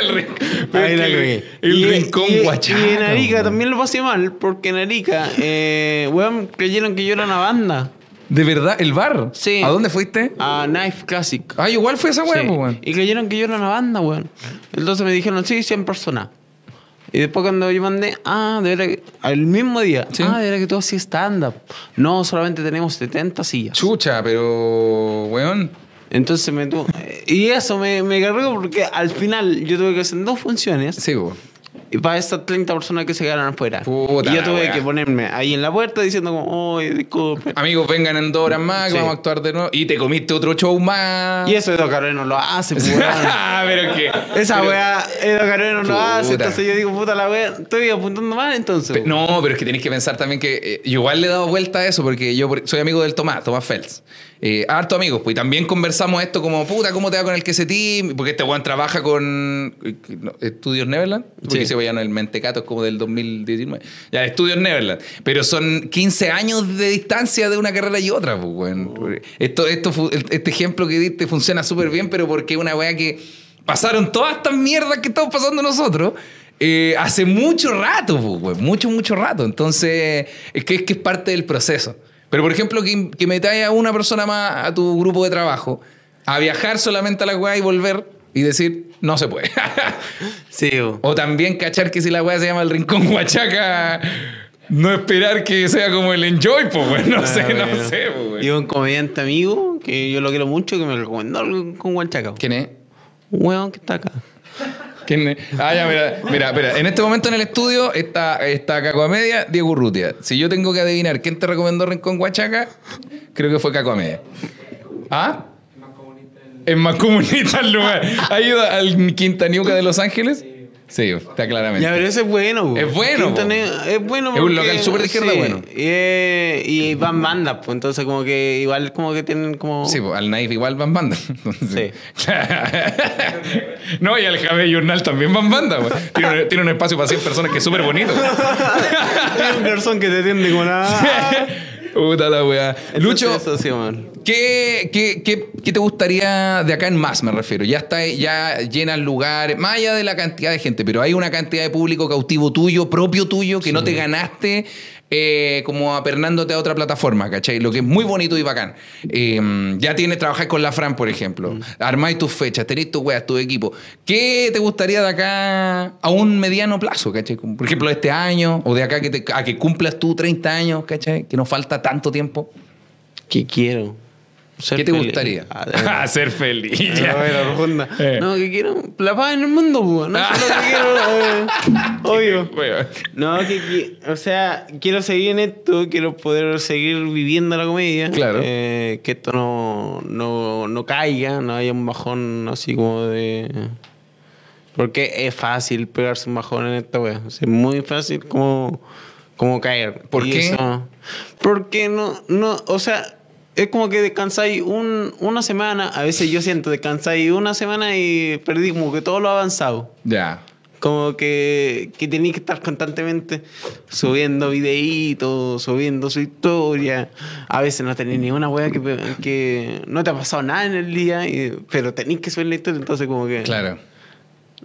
Speaker 1: el rincón.
Speaker 2: Ahí la cagué.
Speaker 1: El
Speaker 2: Y-
Speaker 1: rincón
Speaker 2: y-
Speaker 1: guachaca,
Speaker 2: Y en Arica
Speaker 1: weón.
Speaker 2: también lo pasé mal, porque en Arica, eh, weón, creyeron que yo era una banda.
Speaker 1: De verdad, el bar.
Speaker 2: Sí.
Speaker 1: ¿A dónde fuiste?
Speaker 2: A Knife Classic.
Speaker 1: Ah, igual fue esa hueá,
Speaker 2: Sí.
Speaker 1: po, weón.
Speaker 2: Y creyeron que yo era una banda, weón. Entonces me dijeron, sí, 100 personas. Y después cuando yo mandé, ah, de verdad que... Al mismo día,
Speaker 1: Sí.
Speaker 2: ah, de verdad que todo así stand-up. No, solamente tenemos 70 sillas.
Speaker 1: Chucha, pero. Weón.
Speaker 2: Entonces me tuvo... Y eso me, me cargó porque al final yo tuve que hacer dos funciones
Speaker 1: Sí, weón.
Speaker 2: y para estas 30 personas que se quedaron afuera.
Speaker 1: Puta
Speaker 2: y yo
Speaker 1: la
Speaker 2: tuve
Speaker 1: wea.
Speaker 2: que ponerme ahí en la puerta diciendo como, oye, disculpe.
Speaker 1: Amigos, vengan en dos horas más, que
Speaker 2: Sí.
Speaker 1: vamos a actuar de nuevo. Y te comiste otro show más.
Speaker 2: Y
Speaker 1: [LAUGHS]
Speaker 2: eso Edo Carolina no lo hace, pues, weón.
Speaker 1: Ah, [LAUGHS] pero que.
Speaker 2: Esa
Speaker 1: pero-
Speaker 2: weá, Edo Carolina no lo
Speaker 1: Puta.
Speaker 2: hace, entonces yo digo, puta la weá, estoy apuntando mal entonces.
Speaker 1: Pe- No, pero es que tenés que pensar también que eh, yo igual le he dado vuelta a eso porque yo por- soy amigo del Tomás, Tomás Fels. Eh, harto amigos, pues y también conversamos esto como, puta, ¿cómo te va con el que se team? Porque este weón trabaja con eh, no, Estudios Neverland, porque
Speaker 2: Sí.
Speaker 1: se vayan el Mentecato, es como del 2019. Ya, Estudios Neverland. Pero son 15 años de distancia de una carrera y otra, pues, weón. Esto, esto, fu- el- este ejemplo que diste funciona súper bien, pero porque es una weá que pasaron todas estas mierdas que estamos pasando nosotros eh, hace mucho rato, pues, güey, mucho, mucho rato. Entonces, es que es, que es parte del proceso. Pero, por ejemplo, que, que metáis a una persona más a tu grupo de trabajo. a viajar solamente a la weá y volver y decir, no se puede. [LAUGHS]
Speaker 2: Sí, bo.
Speaker 1: o también cachar que si la weá se llama el Rincón Huachaca, no esperar que sea como el Enjoy, pues, weón. [LAUGHS] No
Speaker 2: Ah,
Speaker 1: sé, no
Speaker 2: bueno.
Speaker 1: sé, pues, weón.
Speaker 2: Y un comediante amigo que yo lo quiero mucho que me recomendó el- con Huanchaca.
Speaker 1: ¿Quién es?
Speaker 2: Un hueón que está acá.
Speaker 1: ¿Quién es? Ah, ya, mira, mira, mira. En este momento en el estudio está, está Cacoamedia, Diego Urrutia. Si yo tengo que adivinar quién te recomendó Rincón Huachaca, creo que fue Cacoamedia. ¿Ah? Es más comunista el lugar. ¿Ha ido al Quintaniuca de Los Ángeles? Sí, está claramente.
Speaker 2: Ya, pero ese es bueno, bo.
Speaker 1: Es bueno, bo.
Speaker 2: Quintana- es bueno.
Speaker 1: Es un
Speaker 2: porque-
Speaker 1: local súper de izquierda bueno.
Speaker 2: Y, eh, y van bandas, pues entonces como que igual como que tienen como...
Speaker 1: Sí, pues, al Naif igual van banda. Entonces- [LAUGHS] no, y al Javé Journal también van banda. güey. Tiene, un- tiene un espacio para 100 personas que es súper bonito. [LAUGHS] güey.
Speaker 2: Hay un garzón que te tiende con nada.
Speaker 1: Puta la weá. Lucho,
Speaker 2: Entonces, eso sí, man.
Speaker 1: ¿qué, qué, qué, qué te gustaría de acá en más, me refiero? Ya está, ya llenas lugares, más allá de la cantidad de gente, pero hay una cantidad de público cautivo tuyo, propio tuyo, que no te ganaste eh, como apernándote a otra plataforma, ¿cachai? Lo que es muy bonito y bacán. Eh, ya tienes, trabajáis con la Fran, por ejemplo. Armáis tus fechas, tenéis tus weas, tu equipo. ¿Qué te gustaría de acá a un mediano plazo, ¿cachai? Como, Por ejemplo, este año, o de acá que te- a que cumplas tú 30 años, ¿cachai? Que nos falta tanto tiempo.
Speaker 2: ¿Qué quiero? Ser
Speaker 1: ¿Qué te
Speaker 2: feliz.
Speaker 1: gustaría?
Speaker 2: [LAUGHS]
Speaker 1: Ah,
Speaker 2: Ah, de verdad.
Speaker 1: ser feliz. ya.
Speaker 2: No, era profunda.
Speaker 1: Eh.
Speaker 2: No, que quiero la paz en el mundo, pues. No, solo que
Speaker 1: [LAUGHS]
Speaker 2: quiero. eh, obvio.
Speaker 1: Weón.
Speaker 2: No, que, qui- o sea, quiero seguir en esto, quiero poder seguir viviendo la comedia.
Speaker 1: Claro.
Speaker 2: Eh, que esto no, no, no caiga, no haya un bajón así como de. Porque es fácil pegarse un bajón en esta wea. O sea, es muy fácil como, como caer.
Speaker 1: ¿Por
Speaker 2: Y
Speaker 1: qué?
Speaker 2: eso- porque no, no, o sea. Es como que descansáis un, una semana, a veces yo siento, descansáis una semana y perdí como que todo lo avanzado.
Speaker 1: Ya.
Speaker 2: Como que, que tenéis que estar constantemente subiendo videitos, subiendo su historia. A veces no tenéis ninguna wea que, que no te ha pasado nada en el día, y- pero tenéis que subir la historia, entonces como que...
Speaker 1: Claro.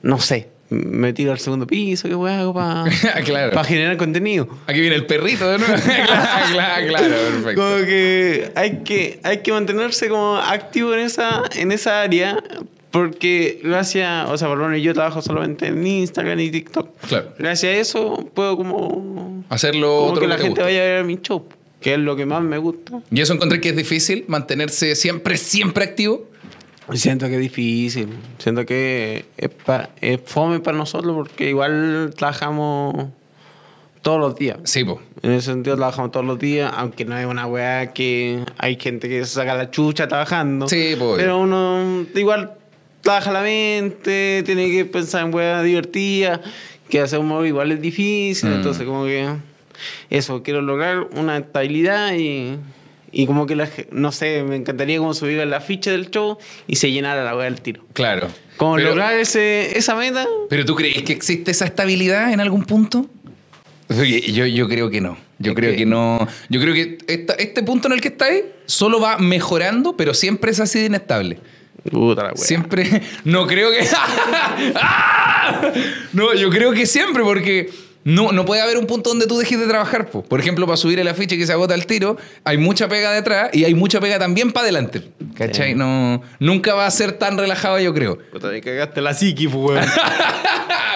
Speaker 2: No sé, me tiro al segundo piso, qué wea
Speaker 1: [LAUGHS]
Speaker 2: hago para
Speaker 1: Ah, Claro.
Speaker 2: generar contenido.
Speaker 1: Aquí viene el perrito de nuevo. [LAUGHS] claro, claro, claro, perfecto.
Speaker 2: Como que hay que, hay que mantenerse como activo en esa, en esa área. Porque gracias, o sea, por lo menos yo trabajo solamente en Instagram y TikTok.
Speaker 1: Claro.
Speaker 2: Gracias a eso puedo como...
Speaker 1: Hacerlo
Speaker 2: como
Speaker 1: otro
Speaker 2: que
Speaker 1: que
Speaker 2: la
Speaker 1: te
Speaker 2: gente
Speaker 1: gusta.
Speaker 2: vaya a ver mi show, que es lo que más me gusta.
Speaker 1: Y eso encontré que es difícil, mantenerse siempre, siempre activo.
Speaker 2: Siento que es difícil, siento que es, pa- es fome para nosotros porque igual trabajamos todos los días.
Speaker 1: Sí, po.
Speaker 2: En ese sentido trabajamos todos los días, aunque no es una weá que hay gente que se saca la chucha trabajando.
Speaker 1: Sí, pues, obvio.
Speaker 2: Pero uno igual trabaja la mente, tiene que pensar en weá divertida, que hacer humor igual es difícil,
Speaker 1: Mm.
Speaker 2: entonces como que eso, quiero lograr una estabilidad y, y como que la ge- no sé, me encantaría como subir a la ficha del show y se llenara la weá del tiro.
Speaker 1: Claro.
Speaker 2: Como
Speaker 1: pero,
Speaker 2: lograr ese, esa meta.
Speaker 1: pero tú crees que existe esa estabilidad en algún punto? Oye, Yo, yo creo que no. Yo
Speaker 2: Es
Speaker 1: creo que,
Speaker 2: que-
Speaker 1: no. Yo creo que esta- este punto en el que estáis solo va mejorando, pero siempre es así de inestable.
Speaker 2: Puta la weá.
Speaker 1: Siempre. [LAUGHS] No creo que. ¡Ah! no, yo creo que siempre, porque. No, no puede haber un punto donde tú dejes de trabajar. po. Por ejemplo, para subir el afiche que se agota al tiro, hay mucha pega detrás y hay mucha pega también para adelante. ¿Cachai?
Speaker 2: Sí.
Speaker 1: No, nunca va a ser tan relajado, yo creo.
Speaker 2: Puta, me cagaste la psiqui, pues, weón.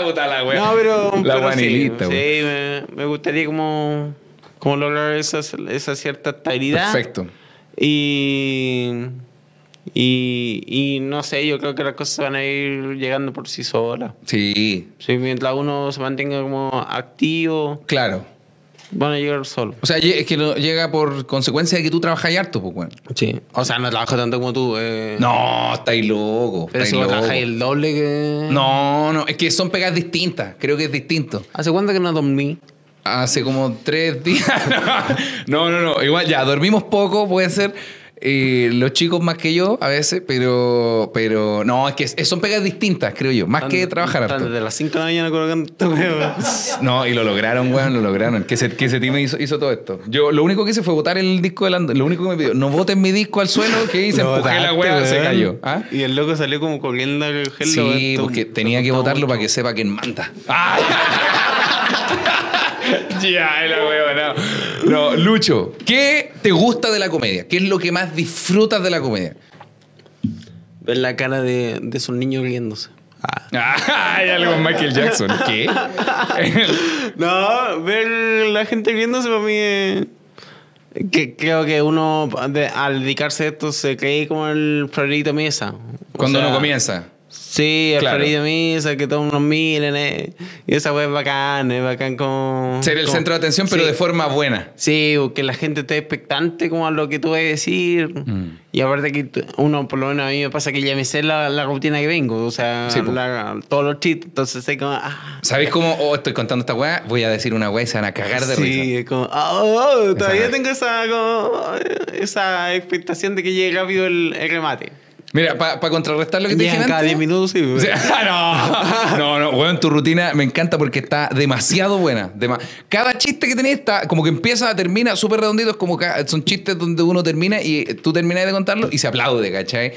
Speaker 1: Puta la wea.
Speaker 2: No, pero.
Speaker 1: La
Speaker 2: pero
Speaker 1: guanilita,
Speaker 2: sí,
Speaker 1: wea.
Speaker 2: sí, me, me gustaría como, como lograr esa, esa cierta estabilidad.
Speaker 1: Perfecto.
Speaker 2: Y, y. y no sé, yo creo que las cosas van a ir llegando por sí solas.
Speaker 1: Sí,
Speaker 2: Sí, mientras uno se mantenga como activo,
Speaker 1: claro.
Speaker 2: van a llegar solos.
Speaker 1: O sea, lle- es que lo- llega por consecuencia de que tú trabajas harto, pues, weón.
Speaker 2: Sí. O sea, no trabajo tanto como tú. eh.
Speaker 1: No, estáis loco.
Speaker 2: Pero
Speaker 1: estáis
Speaker 2: si vos
Speaker 1: loco.
Speaker 2: trabajáis el doble que.
Speaker 1: No, no, es que son pegas distintas. Creo que es distinto.
Speaker 2: ¿Hace cuánto que no dormí?
Speaker 1: Hace como tres días. [LAUGHS] no, no, no. Igual ya, dormimos poco, puede ser. eh, los chicos más que yo a veces, pero pero no, es que es- son pegas distintas, creo yo. Más que
Speaker 2: Están-
Speaker 1: trabajar
Speaker 2: están
Speaker 1: harto.
Speaker 2: Desde las 5 de la mañana colocando esta
Speaker 1: [LAUGHS]
Speaker 2: wea.
Speaker 1: No, y lo lograron, weón, lo lograron. Que ese, que ese time hizo, hizo todo esto. Yo lo único que hice fue botar el disco del Ando- Lo único que me pidió, no boten mi disco al suelo,
Speaker 2: [LAUGHS]
Speaker 1: que hice,
Speaker 2: Lo
Speaker 1: empujé la
Speaker 2: botaste,
Speaker 1: weá, se
Speaker 2: weón.
Speaker 1: cayó. ¿Ah?
Speaker 2: Y el loco salió como corriendo el gel. lo
Speaker 1: Sí,
Speaker 2: aventó.
Speaker 1: porque tenía que votarlo para que sepa quién manda. [LAUGHS] Ya, la huevona. No, Lucho, ¿qué te gusta de la comedia? ¿Qué es lo que más disfrutas de la comedia?
Speaker 2: ver la cara de, de esos niños riéndose. Ah.
Speaker 1: Ah, hay algo en Michael Jackson. ¿Qué?
Speaker 2: No, ver la gente riéndose para mí es... Que creo que uno de- al dedicarse a esto se cree como el Florito Mesa.
Speaker 1: [LAUGHS]
Speaker 2: O
Speaker 1: Cuando
Speaker 2: sea,
Speaker 1: uno comienza.
Speaker 2: Sí, el
Speaker 1: Claro.
Speaker 2: Florito Mesa, que todos nos miren. eh. Y esa wea es bacán, es bacán como...
Speaker 1: Ser el
Speaker 2: como-
Speaker 1: centro de atención, pero
Speaker 2: Sí.
Speaker 1: de forma buena.
Speaker 2: Sí, o que la gente esté expectante como a lo que tú vas a decir.
Speaker 1: Mm.
Speaker 2: Y aparte que tú- uno, por lo menos a mí me pasa que ya me sé la, la rutina que vengo. O sea,
Speaker 1: Sí, po.
Speaker 2: la- todos los chistes. Entonces sé como... ah.
Speaker 1: ¿Sabéis cómo? Oh, estoy contando esta weá. Voy a decir una weá y se van a cagar de
Speaker 2: sí,
Speaker 1: risa.
Speaker 2: es como... ah, oh, oh, todavía
Speaker 1: Esa-
Speaker 2: tengo esa, como, esa expectación de que llegue rápido el, el remate.
Speaker 1: Mira, para contrarrestar lo que te dije
Speaker 2: Llegan cada 10
Speaker 1: antes.
Speaker 2: minutos pues. y...
Speaker 1: [LAUGHS] O sea, ah, no, no, no, weón, tu rutina me encanta porque está demasiado buena. Dema- Cada chiste que tenés está como que empieza, termina súper redondito. Es como ca- son chistes donde uno termina y eh, tú terminás de contarlo y se aplaude, ¿cachai?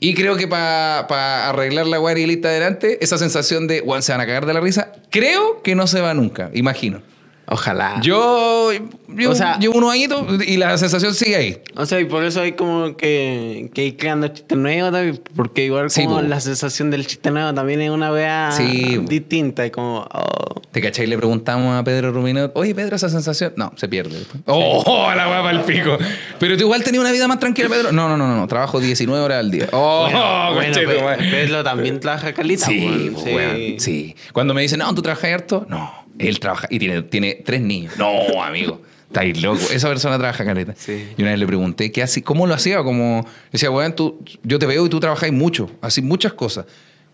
Speaker 1: Y creo que para arreglar la weá y lista adelante, esa sensación de, weón, se van a cagar de la risa, creo que no se va nunca, imagino.
Speaker 2: Ojalá.
Speaker 1: Yo, yo
Speaker 2: Ah. O sea-
Speaker 1: llevo unos añitos y la sensación sigue ahí.
Speaker 2: O sea, y por eso hay como que, que ir creando chistes nuevos también, porque igual
Speaker 1: Sí,
Speaker 2: como
Speaker 1: po.
Speaker 2: la sensación del chiste nuevo también es una vea
Speaker 1: Sí, po.
Speaker 2: distinta, es como... oh.
Speaker 1: ¿Te cachai? Le preguntamos a Pedro Ruminot, oye, Pedro, esa sensación. No, se pierde. después. ¡Oh, la guapa al pico! Pero tú igual tenías una vida más tranquila, Pedro. No, no, no, no, no. Trabajo 19 horas al día. ¡Oh, [LAUGHS]
Speaker 2: bueno,
Speaker 1: conchetumare!
Speaker 2: Pe- Pedro también trabaja calita,
Speaker 1: Sí,
Speaker 2: weón,
Speaker 1: pues, weón, sí. Cuando me dicen, no, tú trabajas harto, no, él trabaja y tiene, tiene tres niños. No, amigo, estáis loco. Esa persona trabaja caleta.
Speaker 2: Sí.
Speaker 1: Y una vez le pregunté, ¿qué hace? ¿Cómo lo hacía? Como, decía, weón, tú, yo te veo y tú trabajáis mucho, así muchas cosas.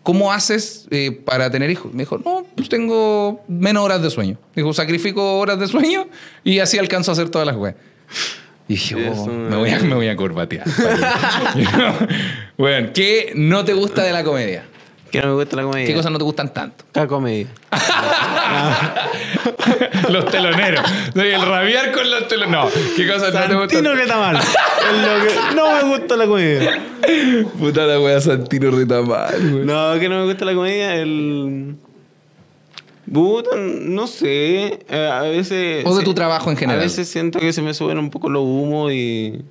Speaker 1: ¿Cómo haces eh, para tener hijos? Me dijo, no, pues tengo menos horas de sueño. Dijo, sacrifico horas de sueño y así alcanzo a hacer todas las weas. Y dije,
Speaker 2: Es
Speaker 1: oh,
Speaker 2: una-
Speaker 1: me, voy a, me voy a corbatear.
Speaker 2: [LAUGHS]
Speaker 1: [LAUGHS] bueno, ¿qué no te gusta de la comedia?
Speaker 2: Que no me gusta la comedia.
Speaker 1: ¿Qué Ah, cosas no te gustan tanto?
Speaker 2: La comedia.
Speaker 1: [LAUGHS] los teloneros. El rabiar con los teloneros. No, ¿qué cosas no te
Speaker 2: Santino
Speaker 1: gustan?
Speaker 2: que
Speaker 1: [LAUGHS]
Speaker 2: está mal. Es lo que- No me gusta la comedia.
Speaker 1: Puta la wea Santino Ritamal, güey.
Speaker 2: No, que no me gusta la comedia, el... Puta, no sé, eh, a veces...
Speaker 1: O de tu trabajo en general.
Speaker 2: A veces siento que se me suben un poco los humos y...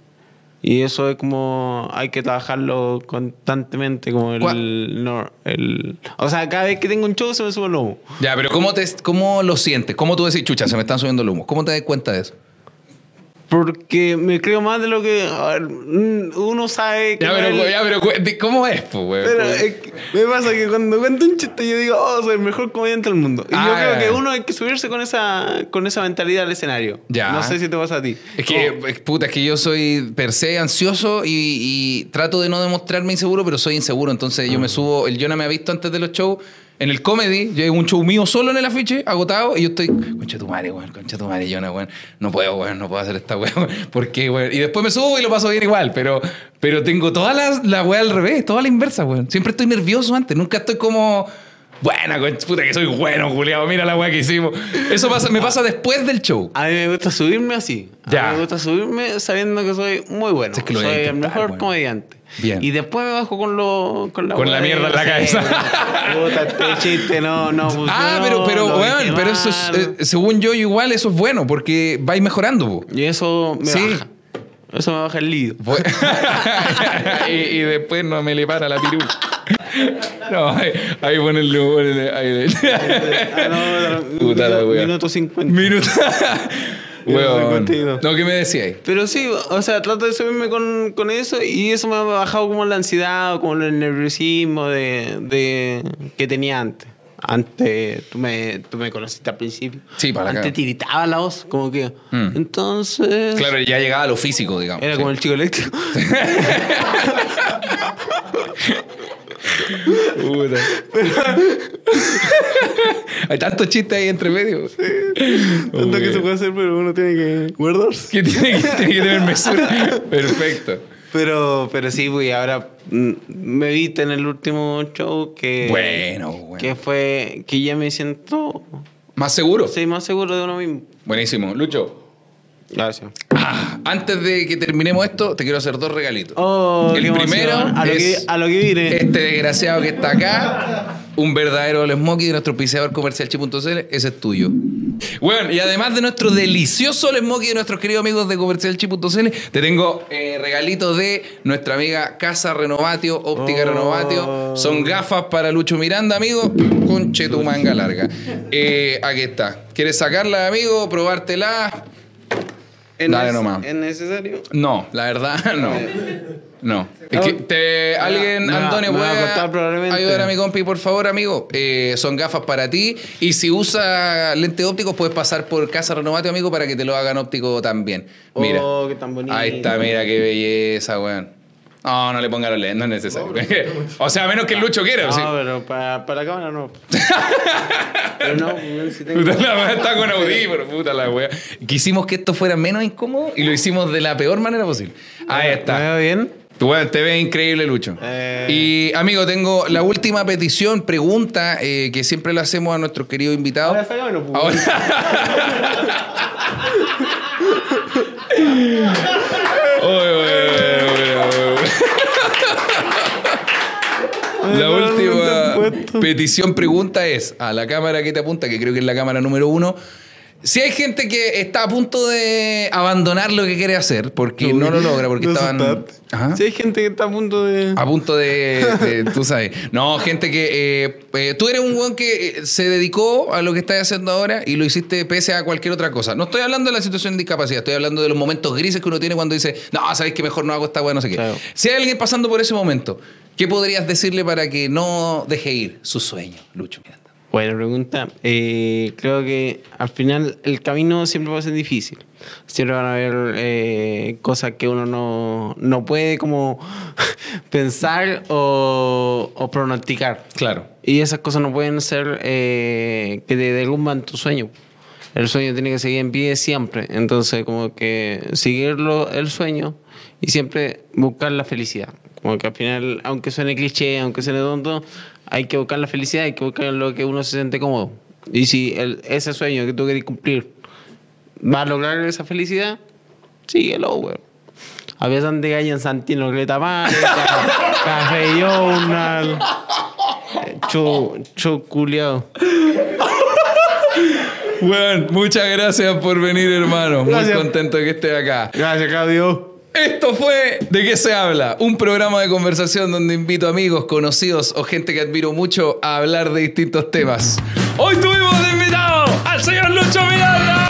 Speaker 2: Y eso es como... Hay que trabajarlo constantemente, como el,
Speaker 1: ¿Cuál?
Speaker 2: no, el... O sea, cada vez que tengo un show se me sube el humo.
Speaker 1: Ya, pero ¿cómo, te, ¿cómo lo sientes? ¿Cómo tú decís, chucha, se me están subiendo los humos? ¿Cómo te das cuenta de eso?
Speaker 2: Porque me creo más de lo que... a ver, mm, Uno sabe que...
Speaker 1: Ya,
Speaker 2: no
Speaker 1: pero,
Speaker 2: es-
Speaker 1: cu- ya, pero cu- di- ¿cómo es, pues, güey?
Speaker 2: Pero es que me pasa que cuando cuento un chiste yo digo, oh, soy el mejor comediante del mundo. Y
Speaker 1: Ah,
Speaker 2: yo creo
Speaker 1: ya,
Speaker 2: que
Speaker 1: ya.
Speaker 2: uno hay que subirse con esa, con esa mentalidad al escenario.
Speaker 1: Ya.
Speaker 2: No sé si te pasa a ti.
Speaker 1: Es que,
Speaker 2: Oh.
Speaker 1: es- puta, es que yo soy per se ansioso y, y trato de no demostrarme inseguro, pero soy inseguro. Entonces yo me subo, el Jonah me ha visto antes de los shows. En el comedy, yo hago un show mío solo en el afiche, agotado, y yo estoy, concha tu madre, weón, concha tu madre, Jonah, weón, no puedo, weón, no puedo hacer esta weón, ¿por qué, weón? Y después me subo y lo paso bien igual, pero, pero tengo toda la, la weá al revés, toda la inversa, weón. Siempre estoy nervioso antes, nunca estoy como, buena, concha, puta que soy bueno, Julián, mira la weá que hicimos. Eso pasa, me pasa después del show.
Speaker 2: A mí me gusta subirme así.
Speaker 1: Ya.
Speaker 2: A mí me gusta subirme sabiendo que soy muy bueno.
Speaker 1: Es que lo voy a
Speaker 2: soy el
Speaker 1: intentar,
Speaker 2: mejor
Speaker 1: bueno.
Speaker 2: comediante.
Speaker 1: Bien.
Speaker 2: Y después me bajo con, lo, con la
Speaker 1: Con la
Speaker 2: hueá de-
Speaker 1: mierda en la
Speaker 2: sí,
Speaker 1: cabeza.
Speaker 2: [LAUGHS] Puta, este chiste no, no funcionó.
Speaker 1: Ah, pero, pero,
Speaker 2: lo dije
Speaker 1: weón, pero eso es,
Speaker 2: mal.
Speaker 1: eh, según yo, igual eso es bueno porque vais mejorando, po.
Speaker 2: Y eso me
Speaker 1: Sí.
Speaker 2: baja. Eso me baja el lío.
Speaker 1: Fue- [LAUGHS] y, y después no me le para la piru. No, ahí, ahí ponenle, ponenle, ahí.
Speaker 2: Ah, no, no,
Speaker 1: Puta la wea.
Speaker 2: Minuto 50.
Speaker 1: [LAUGHS] Minuto. [LAUGHS] Weón.
Speaker 2: 52.
Speaker 1: No, ¿qué me decías ahí?
Speaker 2: Pero sí, o sea, trato de subirme con, con eso y eso me ha bajado como la ansiedad o como el nerviosismo de, de- que tenía antes. Antes, tú me, tú me conociste al principio.
Speaker 1: Sí, para la
Speaker 2: Antes
Speaker 1: caga.
Speaker 2: tiritaba la voz, como que.
Speaker 1: Mm.
Speaker 2: Entonces.
Speaker 1: Claro, ya llegaba a lo físico, digamos.
Speaker 2: Era
Speaker 1: sí.
Speaker 2: como el chico eléctrico.
Speaker 1: [LAUGHS] Puta. [LAUGHS] Hay tantos chistes ahí entre medio.
Speaker 2: Tanto que se puede hacer, pero uno tiene que guardarse.
Speaker 1: Que tiene, que tiene que tener [LAUGHS] mesura. Perfecto.
Speaker 2: Pero, pero sí, güey, ahora mm, me viste en el último show
Speaker 1: Eh,
Speaker 2: que.
Speaker 1: Bueno, bueno.
Speaker 2: Que fue. Que ya me siento.
Speaker 1: Más seguro.
Speaker 2: Soy más seguro de uno mismo.
Speaker 1: Buenísimo. Lucho,
Speaker 2: Gracias.
Speaker 1: Ah, antes de que terminemos esto, te quiero hacer dos regalitos.
Speaker 2: Oh,
Speaker 1: el
Speaker 2: qué emoción.
Speaker 1: primero
Speaker 2: a lo,
Speaker 1: es
Speaker 2: que, a lo que vine.
Speaker 1: este desgraciado que está acá, un verdadero All Smokey de nuestro piseador comercial Chi.cl, ese es tuyo. Bueno, y además de nuestro delicioso smokey de nuestros queridos amigos de comercialchi.cl, te tengo eh, regalito de nuestra amiga Casa Renovatio, Óptica
Speaker 2: Oh.
Speaker 1: Renovatio. Son gafas para Lucho Miranda, amigo. Conche tu manga larga. Eh, aquí está. ¿Quieres sacarla, amigo? ¿Probártela? Dale
Speaker 2: ¿Es-
Speaker 1: nomás.
Speaker 2: ¿Es necesario?
Speaker 1: No, la verdad, [LAUGHS] no. No. Es que te-
Speaker 2: Ah,
Speaker 1: alguien,
Speaker 2: me va-
Speaker 1: Antonio,
Speaker 2: me va a
Speaker 1: puede
Speaker 2: cortar probablemente.
Speaker 1: ayudar a mi compi, por favor, amigo. Eh, son gafas para ti. Y si usa lente óptico, puedes pasar por Casa Renovate, amigo, para que te lo hagan óptico también. Mira.
Speaker 2: Oh, qué tan bonito.
Speaker 1: Ahí está, mira qué belleza, weón. No, no le ponga los lentes, no es necesario. [LAUGHS] o sea, a menos que el Lucho quiera.
Speaker 2: No,
Speaker 1: sí.
Speaker 2: Ah,
Speaker 1: [LAUGHS]
Speaker 2: pero para, para la cámara no. pero no, weón, si tengo.
Speaker 1: Puta la weá, está con audífono, puta la weá. Quisimos que esto fuera menos incómodo y lo hicimos de la peor manera posible. Ahí está.
Speaker 2: ¿Me veo bien?
Speaker 1: Bueno, te ves increíble, Lucho.
Speaker 2: Eh.
Speaker 1: Y amigo, tengo la última petición, pregunta eh, que siempre le hacemos a nuestro querido invitado.
Speaker 2: Ahora sácamelo, pues.
Speaker 1: Oh, Oye, oye, oye, oye, oye.
Speaker 2: Ay,
Speaker 1: La
Speaker 2: no, no te han
Speaker 1: última
Speaker 2: puesto.
Speaker 1: petición pregunta es a la cámara que te apunta, que creo que es la cámara número uno. Si hay gente que está a punto de abandonar lo que quiere hacer porque no, lo logra, porque
Speaker 2: No
Speaker 1: estaban
Speaker 2: asustate.
Speaker 1: Ajá.
Speaker 2: Si hay gente que está a punto de.
Speaker 1: a punto de, de- tú sabes. No, gente que eh, eh, tú eres un weón que eh, se dedicó a lo que estás haciendo ahora y lo hiciste pese a cualquier otra cosa. No estoy hablando de la situación de discapacidad, estoy hablando de los momentos grises que uno tiene cuando dice, no, sabéis que mejor no hago esta weá, no sé qué.
Speaker 2: Claro.
Speaker 1: Si hay alguien pasando por ese momento, ¿qué podrías decirle para que no deje ir su sueño, Lucho Miranda?
Speaker 2: Buena pregunta. Eh, creo que al final el camino siempre va a ser difícil. Siempre van a haber eh, cosas que uno no, no puede como [LAUGHS] pensar o, o pronosticar.
Speaker 1: Claro.
Speaker 2: Y esas cosas no pueden ser eh, que te derrumban tu sueño. El sueño tiene que seguir en pie siempre. Entonces, como que seguirlo el sueño y siempre buscar la felicidad. Como que al final, aunque suene cliché, aunque suene tonto, hay que buscar la felicidad, hay que buscar lo que uno se siente cómodo. Y si el- ese sueño que tú querés cumplir va a lograr esa felicidad, síguelo, weón. A veces de gallo en Santino, Greta Mare, [LAUGHS] Ca- Café Journal. Chu, chu culiao.
Speaker 1: Bueno, muchas gracias por venir, hermano.
Speaker 2: Gracias.
Speaker 1: Muy contento de que estés acá.
Speaker 2: Gracias, Claudio.
Speaker 1: Esto fue ¿De qué se habla? Un programa de conversación donde invito amigos, conocidos o gente que admiro mucho a hablar de distintos temas. Hoy tuvimos de invitado al señor Lucho Miranda.